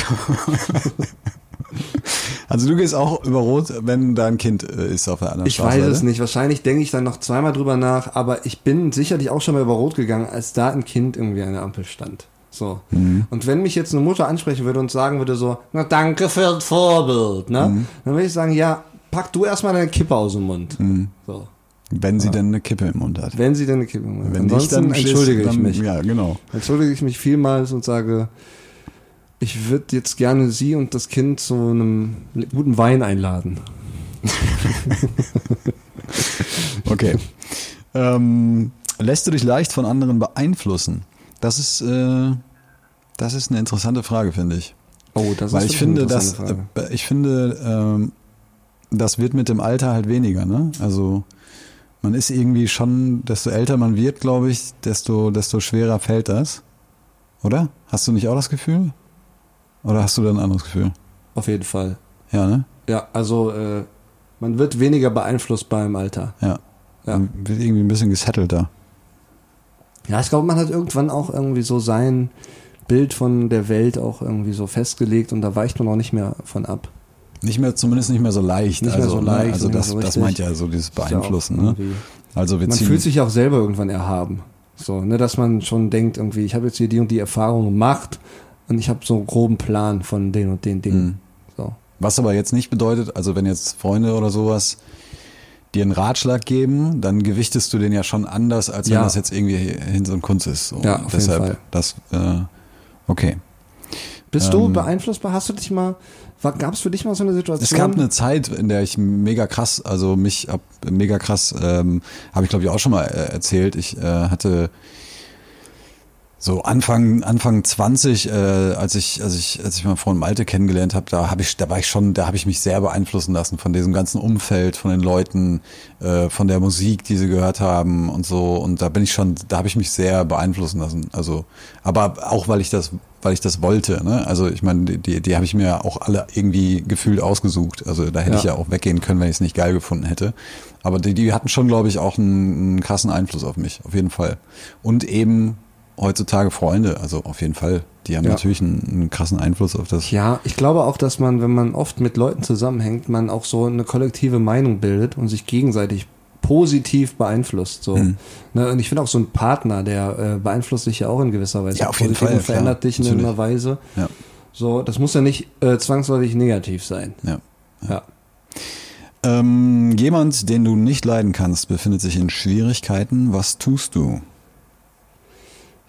G: Also du gehst auch über Rot, wenn da ein Kind äh, ist auf der anderen
F: Ich
G: Straße.
F: weiß es nicht. Wahrscheinlich denke ich dann noch zweimal drüber nach, aber ich bin sicherlich auch schon mal über Rot gegangen, als da ein Kind irgendwie an der Ampel stand. So.
G: Mhm.
F: Und wenn mich jetzt eine Mutter ansprechen würde und sagen würde so, na danke für das Vorbild, ne?
G: Mhm.
F: Dann würde ich sagen, ja, pack du erstmal deine Kippe aus dem Mund.
G: Mhm.
F: So.
G: Wenn sie denn eine Kippe im Mund hat.
F: Wenn sie denn eine Kippe im Mund hat.
G: Wenn nicht,
F: Ansonsten
G: dann schießt-
F: entschuldige ich
G: dann,
F: mich.
G: Ja, genau.
F: Entschuldige ich mich vielmals und sage, ich würde jetzt gerne sie und das Kind zu einem guten Wein einladen.
G: Okay. ähm, lässt du dich leicht von anderen beeinflussen? Das ist, äh, das ist eine interessante Frage, finde ich.
F: Oh, das
G: Weil
F: ist
G: ich
F: wirklich eine
G: finde,
F: interessante
G: dass,
F: Frage.
G: äh, ich finde, ähm, das wird mit dem Alter halt weniger, ne? Also man ist irgendwie schon, desto älter man wird, glaube ich, desto, desto schwerer fällt das. Oder? Hast du nicht auch das Gefühl? Oder hast du da ein anderes Gefühl?
F: Auf jeden Fall.
G: Ja, ne?
F: Ja, also äh, man wird weniger beeinflussbar im Alter.
G: Ja.
F: Ja.
G: Man Wird irgendwie ein bisschen gesettelter.
F: Ja, ich glaube, man hat irgendwann auch irgendwie so sein Bild von der Welt auch irgendwie so festgelegt und da weicht man auch nicht mehr von ab.
G: Nicht mehr, zumindest nicht mehr so leicht.
F: Nicht mehr
G: also,
F: so
G: ne?
F: leicht,
G: Also
F: nicht mehr
G: das,
F: so
G: das
F: richtig.
G: meint ja so dieses
F: Ist ja auch
G: Beeinflussen, ne?
F: irgendwie-
G: Also wir
F: Man
G: ziehen.
F: fühlt sich auch selber irgendwann erhaben. So, ne, dass man schon denkt, irgendwie, ich habe jetzt hier die und die Erfahrung gemacht und ich habe so einen groben Plan von den und den
G: Mhm.
F: Dingen. So.
G: Was aber jetzt nicht bedeutet, also wenn jetzt Freunde oder sowas dir einen Ratschlag geben, dann gewichtest du den ja schon anders, als wenn
F: Ja.
G: das jetzt irgendwie Hinz und Kunst ist. So.
F: Ja, auf jeden
G: Deshalb,
F: Fall.
G: das, äh, okay.
F: Bist du beeinflussbar? Hast du dich mal, gab es für dich mal so eine Situation?
G: Ähm. Es gab eine Zeit, in der ich mega krass, also mich ab, mega krass, ähm, habe ich glaube ich auch schon mal äh, erzählt. Ich äh, hatte so Anfang Anfang 20, äh, als ich als ich als ich meinen Freund Malte kennengelernt habe, da habe ich da war ich schon, da habe ich mich sehr beeinflussen lassen von diesem ganzen Umfeld, von den Leuten, äh, von der Musik, die sie gehört haben und so und da bin ich schon, da habe ich mich sehr beeinflussen lassen. Also, aber auch weil ich das weil ich das wollte, ne? Also, ich meine, die die, die habe ich mir auch alle irgendwie gefühlt ausgesucht. Also, da hätte
F: Ja.
G: ich ja auch weggehen können, wenn ich es nicht geil gefunden hätte. Aber die, die hatten schon, glaube ich, auch einen, einen krassen Einfluss auf mich, auf jeden Fall. Und eben heutzutage Freunde, also auf jeden Fall. Die haben
F: Ja.
G: natürlich einen, einen krassen Einfluss auf das.
F: Ja, ich glaube auch, dass man, wenn man oft mit Leuten zusammenhängt, man auch so eine kollektive Meinung bildet und sich gegenseitig positiv beeinflusst. So.
G: Mhm.
F: Ne, und ich finde auch so ein Partner, der äh, beeinflusst dich ja auch in gewisser Weise.
G: Ja, auf jeden
F: positiv
G: Fall,
F: Und verändert
G: klar,
F: dich in
G: natürlich.
F: irgendeiner Weise.
G: Ja.
F: So, das muss ja nicht äh, zwangsläufig negativ sein.
G: ja.
F: Ja.
G: Ähm, jemand, den du nicht leiden kannst, befindet sich in Schwierigkeiten. Was tust du?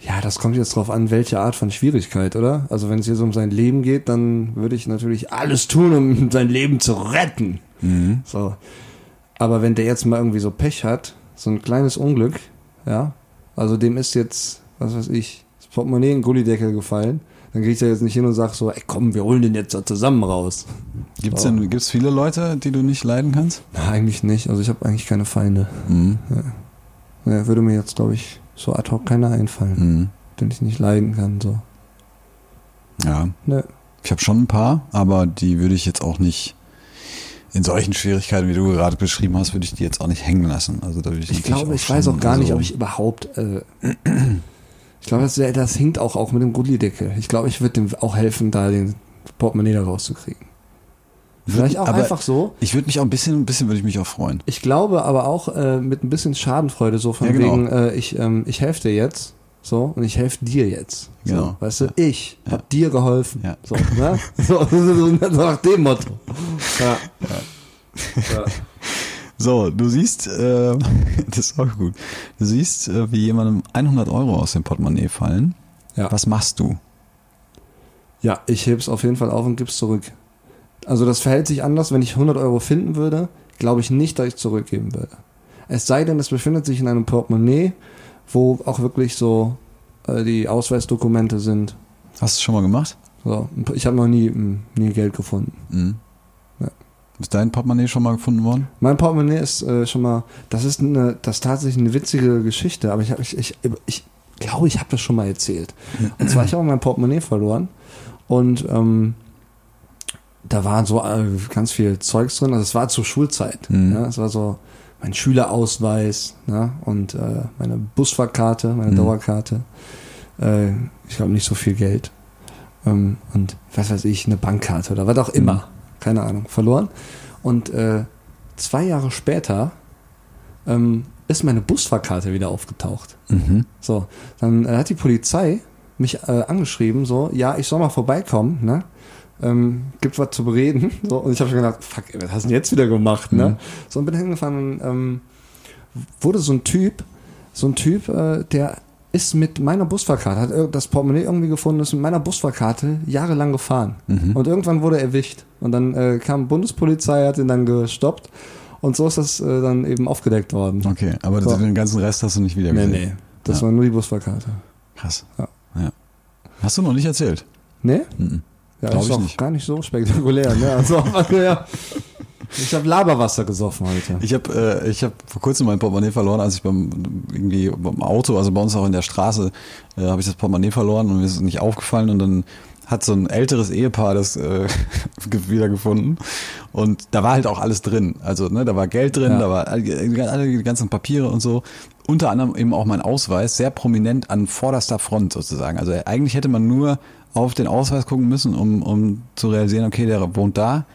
F: Ja, das kommt jetzt drauf an, welche Art von Schwierigkeit, oder? Also wenn es jetzt um sein Leben geht, dann würde ich natürlich alles tun, um sein Leben zu retten. So. Aber wenn der jetzt mal irgendwie so Pech hat, so ein kleines Unglück, ja, also dem ist jetzt, was weiß ich, das Portemonnaie in den Gullideckel gefallen, Dann gehe ich da jetzt nicht hin und sage so, ey komm, wir holen den jetzt da zusammen raus.
G: Gibt's
F: Oh.
G: denn, gibt's viele Leute, die du nicht leiden kannst?
F: Na, eigentlich nicht. Also ich habe eigentlich keine Feinde. Ja. Ja, würde mir jetzt, glaube ich, so ad hoc keiner einfallen, den ich nicht leiden kann. So.
G: Ja.
F: Nö.
G: Ich habe schon ein paar, aber die würde ich jetzt auch nicht in solchen Schwierigkeiten, wie du gerade beschrieben hast, würde ich die jetzt auch nicht hängen lassen. Also da würde ich,
F: Ich
G: natürlich
F: glaube, ich weiß auch
G: schon
F: gar nicht,
G: so-
F: ob ich überhaupt. Äh, ich glaube, das, wär- das hinkt auch, auch mit dem Gullideckel. Ich glaube, ich würde dem auch helfen, da den Portemonnaie da rauszukriegen. Vielleicht auch
G: aber
F: einfach so.
G: Ich würde mich auch ein bisschen, ein bisschen würde ich mich auch freuen.
F: Ich glaube aber auch äh, mit ein bisschen Schadenfreude, so von
G: Ja, genau.
F: wegen, äh, ich, ähm, ich helfe dir jetzt. So, und ich helfe dir jetzt. So,
G: Genau.
F: Weißt du, ich hab dir geholfen.
G: Ja.
F: So, ne? so, so, so nach dem Motto. Ja.
G: So, du siehst, äh, das ist auch gut. Du siehst, äh, wie jemandem 100 Euro aus dem Portemonnaie fallen.
F: Ja.
G: Was machst du?
F: Ja, ich heb's auf jeden Fall auf und gib's zurück. Also das verhält sich anders, wenn ich 100 Euro finden würde, glaube ich nicht, dass ich zurückgeben würde. Es sei denn, es befindet sich in einem Portemonnaie, wo auch wirklich so äh, die Ausweisdokumente sind.
G: Hast du es schon mal gemacht?
F: So, ich habe noch nie, mh, nie Geld gefunden.
G: Mhm.
F: Ja.
G: Ist dein Portemonnaie schon mal gefunden worden?
F: Mein Portemonnaie ist äh, schon mal, das ist eine, das ist tatsächlich eine witzige Geschichte, aber ich habe, ich, ich, ich glaube, ich habe das schon mal erzählt. Und zwar, ich habe mein Portemonnaie verloren und ähm, da war so äh, ganz viel Zeugs drin, also es war zur Schulzeit,
G: Mhm.
F: ja, es war so mein Schülerausweis ne, und äh, meine Busfahrkarte, meine
G: Mhm.
F: Dauerkarte, äh, ich glaube nicht so viel Geld ähm, und was weiß ich, eine Bankkarte oder was auch immer,
G: Mhm.
F: keine Ahnung, verloren und äh, zwei Jahre später ähm, ist meine Busfahrkarte wieder aufgetaucht.
G: Mhm.
F: So, dann äh, hat die Polizei mich äh, angeschrieben, so, ja, ich soll mal vorbeikommen, ne? Ähm, gibt was zu bereden. So, und ich habe schon gedacht, fuck, ey, was hast du denn jetzt wieder gemacht,
G: Mhm.
F: ne? So, und bin hingefahren und ähm, wurde so ein Typ, so ein Typ, äh, der ist mit meiner Busfahrkarte, hat ir- das Portemonnaie irgendwie gefunden, ist mit meiner Busfahrkarte jahrelang gefahren.
G: Mhm.
F: Und irgendwann wurde er erwischt. Und dann äh, kam Bundespolizei, hat ihn dann gestoppt. Und so ist das äh, dann eben aufgedeckt worden.
G: Okay, aber
F: So.
G: den ganzen Rest hast du nicht wieder
F: Nee,
G: gesehen.
F: nee. Das
G: Ja.
F: war nur die Busfahrkarte.
G: Krass.
F: Ja.
G: Ja. Hast du noch nicht erzählt?
F: Nee?
G: Mhm.
F: Ne? Ja,
G: Glaub
F: ist
G: ich
F: auch
G: nicht.
F: gar nicht so spektakulär. Ne? Also, ja. Ich habe Laberwasser gesoffen heute.
G: Ich habe äh, ich hab vor kurzem mein Portemonnaie verloren, als ich beim, irgendwie beim Auto, also bei uns auch in der Straße, äh, habe ich das Portemonnaie verloren und mir ist es nicht aufgefallen und dann hat so ein älteres Ehepaar das äh, ge- wiedergefunden und da war halt auch alles drin. Also ne, da war Geld drin,
F: Ja.
G: da war all- alle die ganzen Papiere und so. Unter anderem eben auch mein Ausweis, sehr prominent an vorderster Front sozusagen. Also eigentlich hätte man nur auf den Ausweis gucken müssen, um, um zu realisieren, okay, der wohnt da.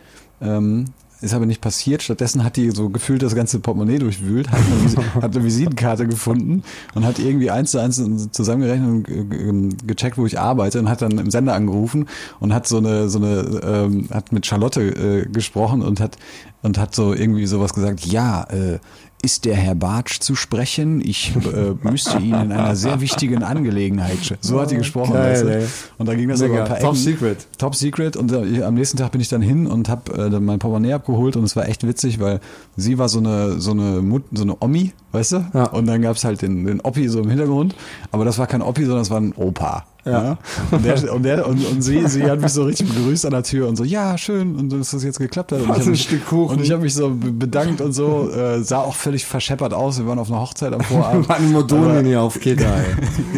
G: Ähm, ist aber nicht passiert. Stattdessen hat die so gefühlt das ganze Portemonnaie durchwühlt, hat eine, Visi- hat eine Visitenkarte gefunden und hat irgendwie eins zu eins zusammengerechnet und ge- ge- gecheckt, wo ich arbeite und hat dann im Sender angerufen und hat so eine, so eine, ähm, hat mit Charlotte äh, gesprochen und hat, und hat so irgendwie sowas gesagt, ja, äh, ist der Herr Bartsch zu sprechen? Ich äh, müsste ihn in einer sehr wichtigen Angelegenheit. sch- So hat die gesprochen.
F: Geil,
G: weißt
F: ey.
G: du? Und da ging das
F: Mega.
G: über ein paar
F: Top
G: Ecken.
F: Secret.
G: Top Secret und äh, am nächsten Tag bin ich dann hin und habe äh, dann mein Portemonnaie abgeholt und es war echt witzig, weil sie war so eine so eine Mut, so eine Omi, weißt du?
F: Ja.
G: Und dann gab's halt den, den Oppi so im Hintergrund, aber das war kein Oppi, sondern es war ein Opa. Ja. Und, der, und, der, und, und sie, sie hat mich so richtig begrüßt an der Tür und so, ja, schön, und dass das jetzt geklappt hat. Und
F: Was
G: ich hab
F: ein
G: mich-
F: Stück Kuchen.
G: Und ich habe mich so be- bedankt und so, äh, sah auch völlig verscheppert aus. Wir waren auf einer Hochzeit am Vorabend.
F: Mann, Modonien
G: Aber-
F: hier auf Keta, ey.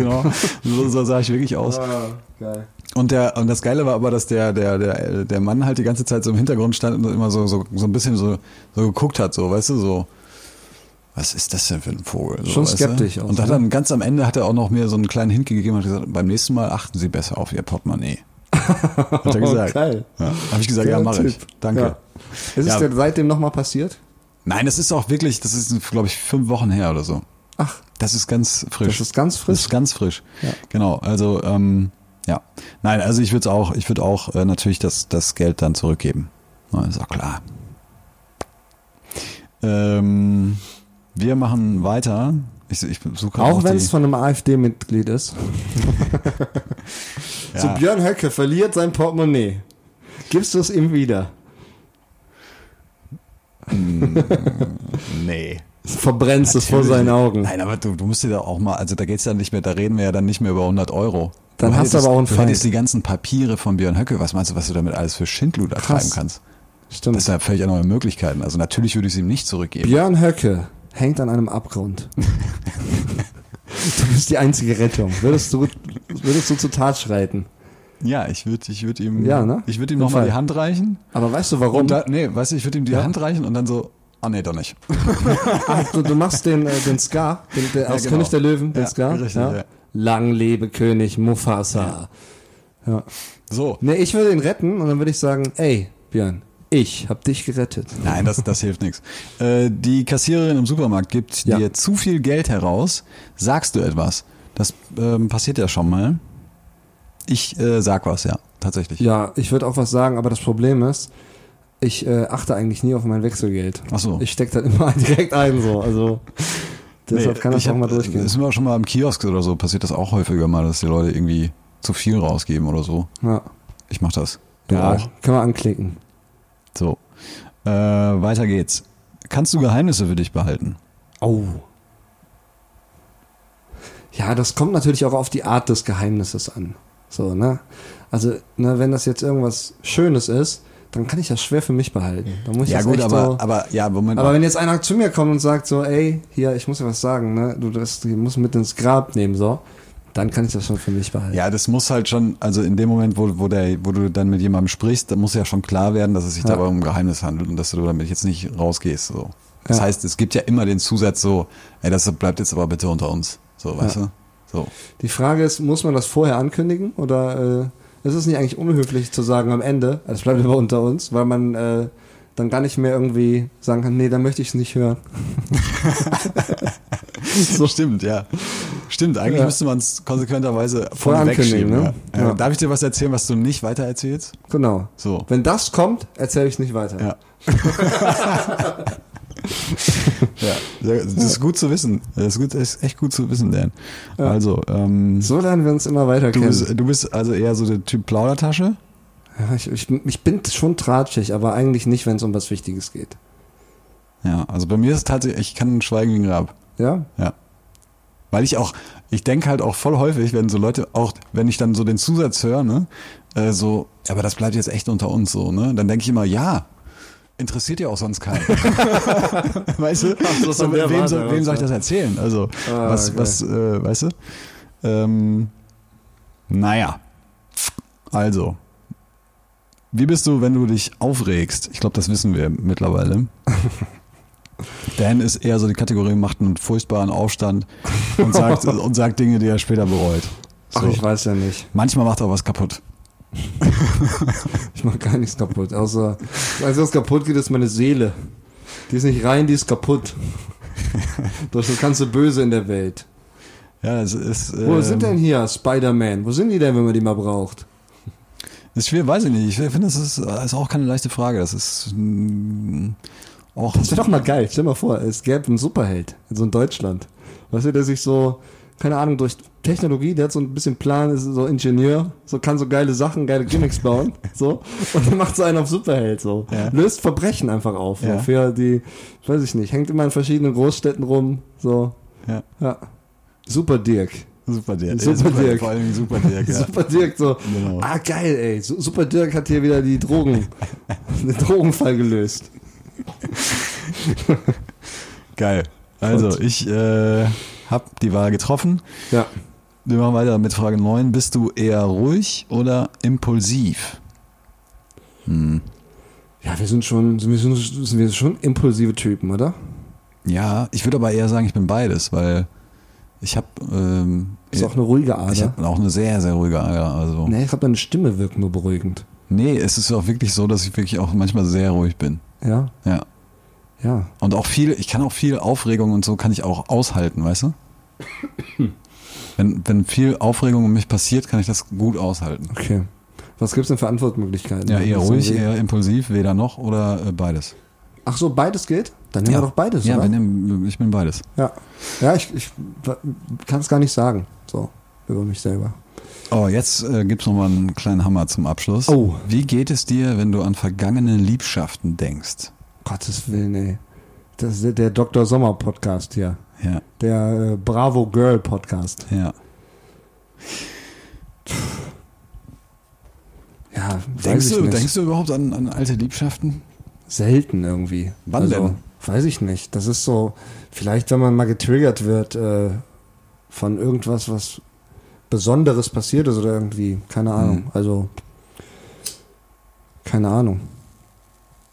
F: Ah.
G: genau. So, so sah ich wirklich aus.
F: Geil.
G: Und der und das Geile war aber, dass der der der der Mann halt die ganze Zeit so im Hintergrund stand und immer so so so ein bisschen so so geguckt hat, so weißt du so. Was ist das denn für ein Vogel? So,
F: Schon
G: weißt
F: skeptisch
G: du?
F: auch,
G: Und hat
F: ne?
G: dann ganz am Ende hat er auch noch mir so einen kleinen Hint gegeben und hat gesagt, beim nächsten Mal achten Sie besser auf Ihr Portemonnaie. Hat er gesagt.
F: Oh, Geil.
G: Ja, habe ich gesagt, ja,
F: Geiler
G: mache ich.
F: Typ.
G: Danke.
F: Ja. Ist
G: Ja.
F: es denn seitdem nochmal passiert?
G: Nein, das ist auch wirklich, das ist, glaube ich, fünf Wochen her oder so.
F: Ach,
G: Das ist ganz frisch.
F: Das ist ganz frisch?
G: Das ist ganz frisch.
F: Ja.
G: Genau. Also ähm, ja, nein, also ich würde auch, ich würde auch äh, natürlich das das Geld dann zurückgeben. Na, ist auch klar. Ähm, wir machen weiter. Ich, ich suche
F: auch
G: noch
F: wenn
G: die-
F: es von einem AfD-Mitglied ist.
G: ja.
F: So, Björn Höcke verliert sein Portemonnaie. Gibst du es ihm wieder?
G: Nee.
F: Verbrennst es vor
G: Natürlich
F: seinen
G: nicht.
F: Augen.
G: Nein, aber du, du musst dir da auch mal, also da geht's ja nicht mehr, da reden wir ja dann nicht mehr über 100 Euro.
F: Dann hast du
G: hättest-
F: aber auch einen
G: Du
F: Feind.
G: hättest die ganzen Papiere von Björn Höcke, was meinst du, was du damit alles für Schindluder
F: Krass.
G: treiben kannst?
F: Stimmt.
G: Das sind ja völlig andere Möglichkeiten. Also natürlich würde ich es ihm nicht zurückgeben.
F: Björn Höcke hängt an einem Abgrund. du bist die einzige Rettung. Würdest du, würdest du zur Tat schreiten?
G: Ja, ich würde ich würd ihm,
F: Ja, ne?
G: ich würd ihm
F: Auf
G: nochmal die
F: Fall.
G: Hand reichen.
F: Aber weißt du warum?
G: Und da, nee, weißt du, ich würde ihm die Hand reichen und dann so, ah nee, doch nicht.
F: Ach, du, du machst den, äh, den Scar, den, der, aus
G: genau.
F: König der Löwen, den
G: Ja,
F: Scar.
G: richtig,
F: ja?
G: ja.
F: Lang lebe König Mufasa.
G: So.
F: Nee, ich würde ihn retten und dann würde ich sagen, ey, Björn, ich hab dich gerettet.
G: Nein, das, das hilft nichts. Äh, die Kassiererin im Supermarkt gibt
F: Ja.
G: dir zu viel Geld heraus. Sagst du etwas? Das ähm, passiert ja schon mal. Ich äh, sag was, ja, tatsächlich.
F: Ja, ich würde auch was sagen, aber das Problem ist, ich äh, achte eigentlich nie auf mein Wechselgeld.
G: Ach so.
F: Ich steck das immer direkt ein so. Also deshalb
G: Nee,
F: kann das
G: ich
F: auch
G: hab-
F: mal durchgehen.
G: Ist mir auch schon mal im Kiosk oder so, passiert das auch häufiger mal, dass die Leute irgendwie zu viel rausgeben oder so.
F: Ja,
G: Ich mach das. Du
F: ja
G: auch?
F: kann man anklicken.
G: So. Äh, weiter geht's. Kannst du Geheimnisse für dich behalten?
F: Oh. Ja, das kommt natürlich auch auf die Art des Geheimnisses an. So, ne? Also, ne, wenn das jetzt irgendwas Schönes ist, dann kann ich das schwer für mich behalten. Dann muss ich das echt so,
G: aber ja, Moment.
F: Aber wenn jetzt einer zu mir kommt und sagt so, ey, hier, ich muss dir was sagen, ne? Du das, du musst mit ins Grab nehmen, so, dann kann ich das schon für mich behalten.
G: Ja, das muss halt schon, also in dem Moment, wo, wo, der, wo du dann mit jemandem sprichst, da muss ja schon klar werden, dass es sich dabei um ein Geheimnis handelt und dass du damit jetzt nicht rausgehst. So. Das
F: Ja.
G: heißt, es gibt ja immer den Zusatz so, ey, das bleibt jetzt aber bitte unter uns. So, weißt du? So.
F: Die Frage ist, muss man das vorher ankündigen? Oder äh, ist es nicht eigentlich unhöflich zu sagen am Ende, es bleibt aber unter uns, weil man äh, dann gar nicht mehr irgendwie sagen kann, nee, dann möchte ich es nicht hören.
G: so. Stimmt, ja. Stimmt, eigentlich
F: Ja.
G: müsste man es konsequenterweise
F: Vorher
G: vorne wegschieben.
F: ankündigen, ne?
G: ja. Äh,
F: Ja.
G: Darf ich dir was erzählen, was du nicht weiter erzählst?
F: Genau.
G: So.
F: Wenn das kommt, erzähle ich nicht weiter.
G: Ja. ja. sehr- Das ist gut zu wissen. Das ist, gut, das ist echt gut zu wissen, Dan. Also, ähm,
F: So lernen wir uns immer weiter
G: Du
F: kennen.
G: bist, du bist also eher so der Typ Plaudertasche?
F: Ja, ich, ich, ich bin schon tratschig, aber eigentlich nicht, wenn es um was Wichtiges geht.
G: Ja, also bei mir ist es tatsächlich, ich kann schweigen wie ein Grab.
F: Ja?
G: Ja. Weil ich auch, ich denke halt auch voll häufig, wenn so Leute, auch wenn ich dann so den Zusatz höre, ne, äh, so, aber das bleibt jetzt echt unter uns so, ne? Dann denke ich immer, ja, interessiert ja auch sonst keinen. weißt du?
F: so ist
G: so,
F: dann der
G: wem,
F: Wahnsinn,
G: soll, wem soll ich
F: was,
G: das erzählen? Also,
F: Ah,
G: was,
F: okay.
G: was, äh, weißt du? Ähm, naja. Also. Wie bist du, wenn du dich aufregst? Ich glaube, das wissen wir mittlerweile. Dan ist eher so die Kategorie, macht einen furchtbaren Aufstand und sagt, und sagt Dinge, die er später bereut.
F: Ach,
G: So.
F: ich weiß ja nicht.
G: Manchmal macht er was kaputt.
F: Ich mache gar nichts kaputt, außer das Einzige, was kaputt geht, ist meine Seele. Die ist nicht rein, die ist kaputt. Durch das ganze Böse in der Welt.
G: Ja, es ist.
F: Wo
G: ähm,
F: sind denn hier Spider-Man? Wo sind die denn, wenn man die mal braucht?
G: Ist schwer, weiß ich nicht. Ich finde, das ist, ist auch keine leichte Frage. Das ist mm, auch.
F: Das wäre doch mal geil. Stell dir mal vor, es gäbe einen Superheld in so in Deutschland. Weißt du, der sich so, keine Ahnung, durch Technologie, der hat so ein bisschen Plan, ist so Ingenieur, so kann so geile Sachen, geile Gimmicks bauen, so. Und dann macht so einen auf Superheld, so.
G: Ja.
F: Löst Verbrechen einfach auf, so.
G: Ja.
F: Für die, weiß ich nicht, hängt immer in verschiedenen Großstädten rum, so.
G: Ja.
F: Ja. Super Dirk.
G: Super Dirk.
F: Super Dirk.
G: Vor allem Super Dirk. Ja.
F: Super Dirk, so.
G: Genau.
F: Ah, geil, ey. Su- Super Dirk hat hier wieder die Drogen, den Drogenfall gelöst.
G: Geil. Also,
F: Und?
G: ich äh, habe die Wahl getroffen.
F: Ja.
G: Wir machen weiter mit Frage 9. Bist du eher ruhig oder impulsiv?
F: Ja, wir sind schon, wir sind, sind wir schon impulsive Typen, oder?
G: Ja, ich würde aber eher sagen, ich bin beides, weil ich habe ähm,
F: Ist auch eine ruhige Ader.
G: ich hab auch eine sehr, sehr ruhige Ader. Also.
F: nee, ich glaube, deine Stimme wirkt nur beruhigend.
G: Nee, es ist auch wirklich so, dass ich wirklich auch manchmal sehr ruhig bin.
F: Ja,
G: Ja.
F: ja.
G: Und auch viel, ich kann auch viel Aufregung und so kann ich auch aushalten, weißt du? Wenn, wenn viel Aufregung um mich passiert, kann ich das gut aushalten.
F: Okay. Was gibt's denn für Antwortmöglichkeiten?
G: Ja, eher
F: Ist
G: ruhig,
F: irgendwie-
G: eher impulsiv, weder noch oder äh, beides.
F: Ach so, beides geht? Dann nehmen wir doch beides,
G: ja,
F: oder?
G: wir nehmen- ich bin beides.
F: ja. ja, ich, ich kann es gar nicht sagen. So, über mich selber.
G: Oh, jetzt äh, gibt's noch mal einen kleinen Hammer zum Abschluss.
F: Oh.
G: Wie geht es dir, wenn du an vergangene Liebschaften denkst?
F: Gottes Willen, ey. Das ist der Dr. Sommer Podcast hier.
G: Ja,
F: Der äh, Bravo Girl Podcast.
G: ja.
F: Ja,
G: Denkst
F: weiß ich
G: du,
F: nicht.
G: denkst du überhaupt an, an alte Liebschaften?
F: Selten irgendwie. Also,
G: Wann denn?
F: Weiß ich nicht. Das ist so, vielleicht wenn man mal getriggert wird äh, von irgendwas, was Besonderes passiert ist oder irgendwie. Keine Ahnung.
G: Hm.
F: Also, keine Ahnung.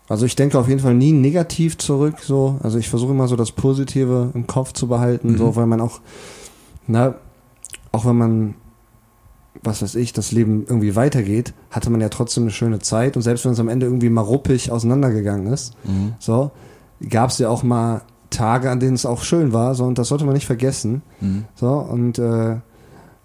F: Also ich denke auf jeden Fall nie negativ zurück. So. Also ich versuche immer so das Positive im Kopf zu behalten,
G: Mhm.
F: so, weil man auch, na, auch wenn man was weiß ich, das Leben irgendwie weitergeht, hatte man ja trotzdem eine schöne Zeit und selbst wenn es am Ende irgendwie mal ruppig auseinandergegangen ist,
G: Mhm.
F: so, gab es ja auch mal Tage, an denen es auch schön war, so, und das sollte man nicht vergessen,
G: Mhm.
F: so, und äh,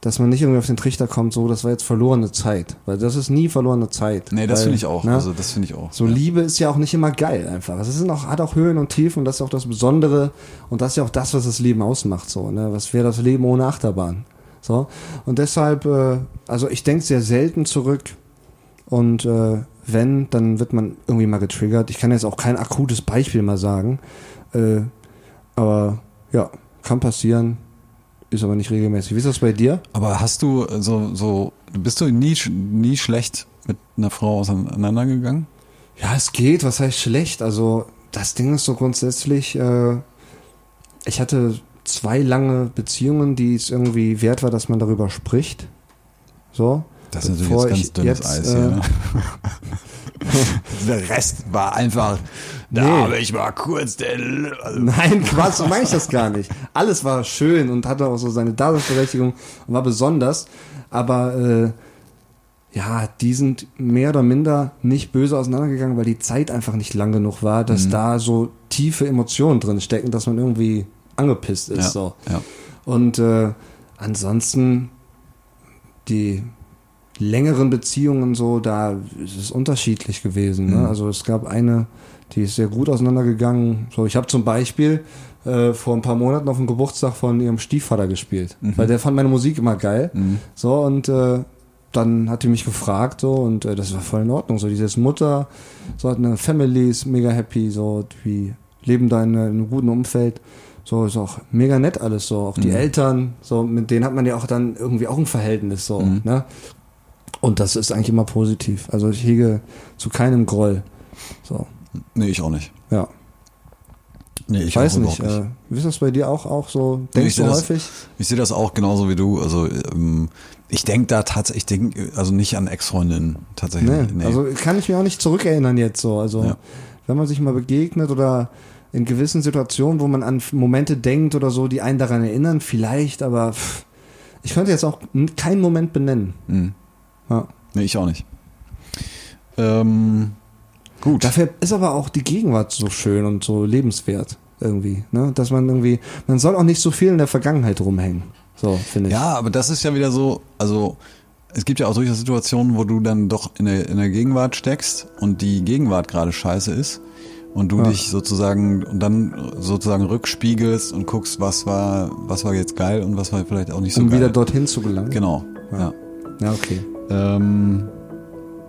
F: dass man nicht irgendwie auf den Trichter kommt, so, das war jetzt verlorene Zeit, weil das ist nie verlorene Zeit.
G: Nee, das
F: Weil,
G: finde ich auch.
F: ne,
G: Also das finde ich auch.
F: so Liebe ist ja auch nicht immer geil einfach. Es ist auch, hat auch Höhen und Tiefen und das ist auch das Besondere und das ist ja auch das, was das Leben ausmacht. So, ne? Was wäre das Leben ohne Achterbahn? So. Und deshalb, äh, also ich denke sehr selten zurück und äh, wenn, dann wird man irgendwie mal getriggert. Ich kann jetzt auch kein akutes Beispiel mal sagen. Äh, aber ja, kann passieren, ist aber nicht regelmäßig. Wie ist das bei dir?
G: Aber hast du äh, so, so bist du nie, sch- nie schlecht mit einer Frau auseinandergegangen?
F: Ja, es geht. Was heißt schlecht? Also, das Ding ist so grundsätzlich, äh, ich hatte zwei lange Beziehungen, die es irgendwie wert war, dass man darüber spricht. So.
G: Das ist natürlich
F: Bevor
G: jetzt ganz
F: ich
G: dünnes
F: jetzt,
G: Eis
F: äh,
G: hier. Ne? Der Rest war einfach, da
F: Nee.
G: habe ich mal kurz den... L- Also,
F: Nein, Quatsch, so meine ich das gar nicht. Alles war schön und hatte auch so seine Daseinsberechtigung und war besonders. Aber äh, ja, die sind mehr oder minder nicht böse auseinandergegangen, weil die Zeit einfach nicht lang genug war, dass da so tiefe Emotionen drin stecken, dass man irgendwie angepisst ist.
G: ja,
F: So.
G: ja.
F: Und äh, ansonsten die längeren Beziehungen so, da ist es unterschiedlich gewesen. Ne? Also es gab eine, die ist sehr gut auseinandergegangen. So, ich habe zum Beispiel äh, vor ein paar Monaten auf dem Geburtstag von ihrem Stiefvater gespielt, weil der fand meine Musik immer geil. So und äh, dann hat die mich gefragt so und äh, das war voll in Ordnung. So dieses Mutter, so hat eine Family, ist mega happy, so die leben da in, einer- in einem guten Umfeld. So ist auch mega nett alles so. Auch die Eltern, so mit denen hat man ja auch dann irgendwie auch ein Verhältnis so. Ne? Und das ist eigentlich immer positiv. Also ich hege zu keinem Groll. So,
G: Nee, ich auch nicht.
F: ja.
G: Nee, ich
F: Ich weiß
G: auch
F: nicht.
G: überhaupt
F: Äh, ist das bei dir auch, auch so?
G: Nee,
F: Denkst
G: ich
F: du
G: seh
F: häufig?
G: Das, ich sehe das auch genauso wie du. Also ähm, ich denke da tatsächlich, ich denk, also nicht an Ex-Freundinnen tatsächlich.
F: Nee.
G: Nee,
F: Also kann ich mir auch nicht zurückerinnern jetzt so. Also
G: Ja.
F: wenn man sich mal begegnet oder in gewissen Situationen, wo man an Momente denkt oder so, die einen daran erinnern, vielleicht, aber pff, ich könnte jetzt auch n- keinen Moment benennen.
G: Mhm.
F: Ja.
G: nee ich auch nicht. Ähm, gut.
F: Dafür ist aber auch die Gegenwart so schön und so lebenswert irgendwie, ne? Dass man irgendwie, man soll auch nicht so viel in der Vergangenheit rumhängen. So, finde ich. Um
G: ja, aber das ist ja wieder so, also es gibt ja auch durchaus Situationen, wo du dann doch in der, in der Gegenwart steckst und die Gegenwart gerade scheiße ist und du
F: Ja.
G: dich sozusagen und dann sozusagen rückspiegelst und guckst, was war, was war jetzt geil und was war vielleicht auch nicht so
F: um
G: geil.
F: wieder dorthin zu gelangen.
G: genau. ja.
F: Ja, okay.
G: Ähm,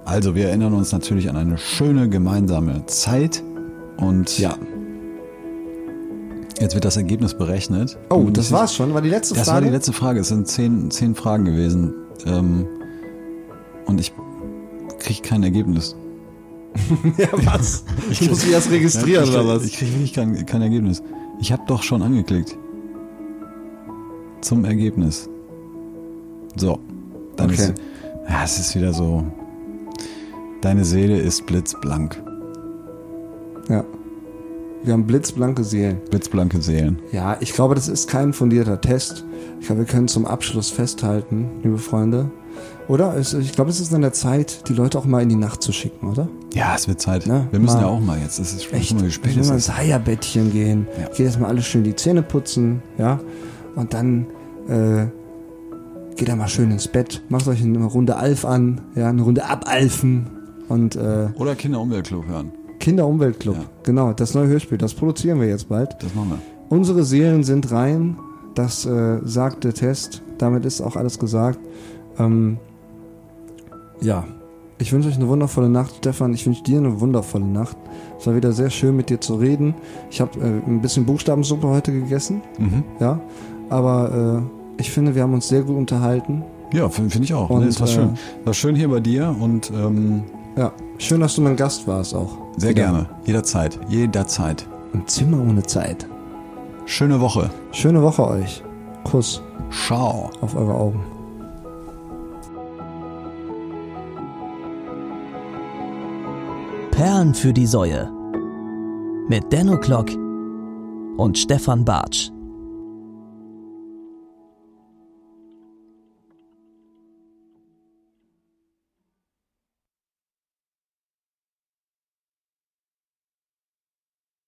G: also, wir erinnern uns natürlich an eine schöne gemeinsame Zeit und
F: Ja.
G: jetzt wird das Ergebnis berechnet.
F: Oh,
G: Und
F: das war's schon. War die letzte
G: Das war
F: Frage?
G: die letzte Frage. Es sind zehn, zehn Fragen gewesen. Ähm, und ich kriege kein Ergebnis.
F: ja, was? Ich muss mich erst
G: Ja,
F: registrieren
G: ich,
F: oder was?
G: Ich kriege wirklich kein, kein Ergebnis. Ich habe doch schon angeklickt. Zum Ergebnis. So. Dann
F: Okay.
G: ist, ja, es ist wieder so. Deine Seele ist blitzblank.
F: Ja. Wir haben blitzblanke Seelen.
G: Blitzblanke Seelen.
F: Ja, ich glaube, das ist kein fundierter Test. Ich glaube, wir können zum Abschluss festhalten, liebe Freunde. Oder? Es- Ich glaube, es ist an der Zeit, die Leute auch mal in die Nacht zu schicken, oder?
G: Ja, es wird Zeit.
F: Ne?
G: Wir müssen
F: Mal.
G: ja auch mal jetzt. Es ist schon
F: Echt?
G: mal wie spät.
F: Wenn
G: es
F: wir
G: ist.
F: ins Haierbettchen gehen,
G: Ja.
F: geht erstmal alles schön die Zähne putzen, ja. Und dann äh, geht er mal schön ins Bett, macht euch eine Runde Alf an, ja, eine Runde Abalfen und äh,
G: Oder Kinderumweltclub hören.
F: Kinderumweltclub.
G: Ja.
F: Genau, das neue Hörspiel, das produzieren wir jetzt bald.
G: Das machen wir.
F: Unsere Seelen sind rein, das äh, sagt der Test. Damit ist auch alles gesagt. Ähm, ja, ich wünsche euch eine wundervolle Nacht, Stefan. Ich wünsche dir eine wundervolle Nacht. Es war wieder sehr schön, mit dir zu reden. Ich habe äh, ein bisschen Mhm. Buchstabensuppe heute gegessen, ja. Aber äh, ich finde, wir haben uns sehr gut unterhalten.
G: Ja, finde find ich auch.
F: Und,
G: nee, es war
F: äh,
G: schön. War schön hier bei dir und ähm,
F: Ja, schön, dass du mein Gast warst auch.
G: sehr
F: Wieder.
G: gerne. Jederzeit. Jederzeit.
F: Ein Zimmer ohne Zeit.
G: Schöne Woche.
F: Schöne Woche euch. Kuss
G: Ciao.
F: auf eure Augen.
E: Perlen für die Säue. Mit Dan O'Clock und Stefan Bartsch.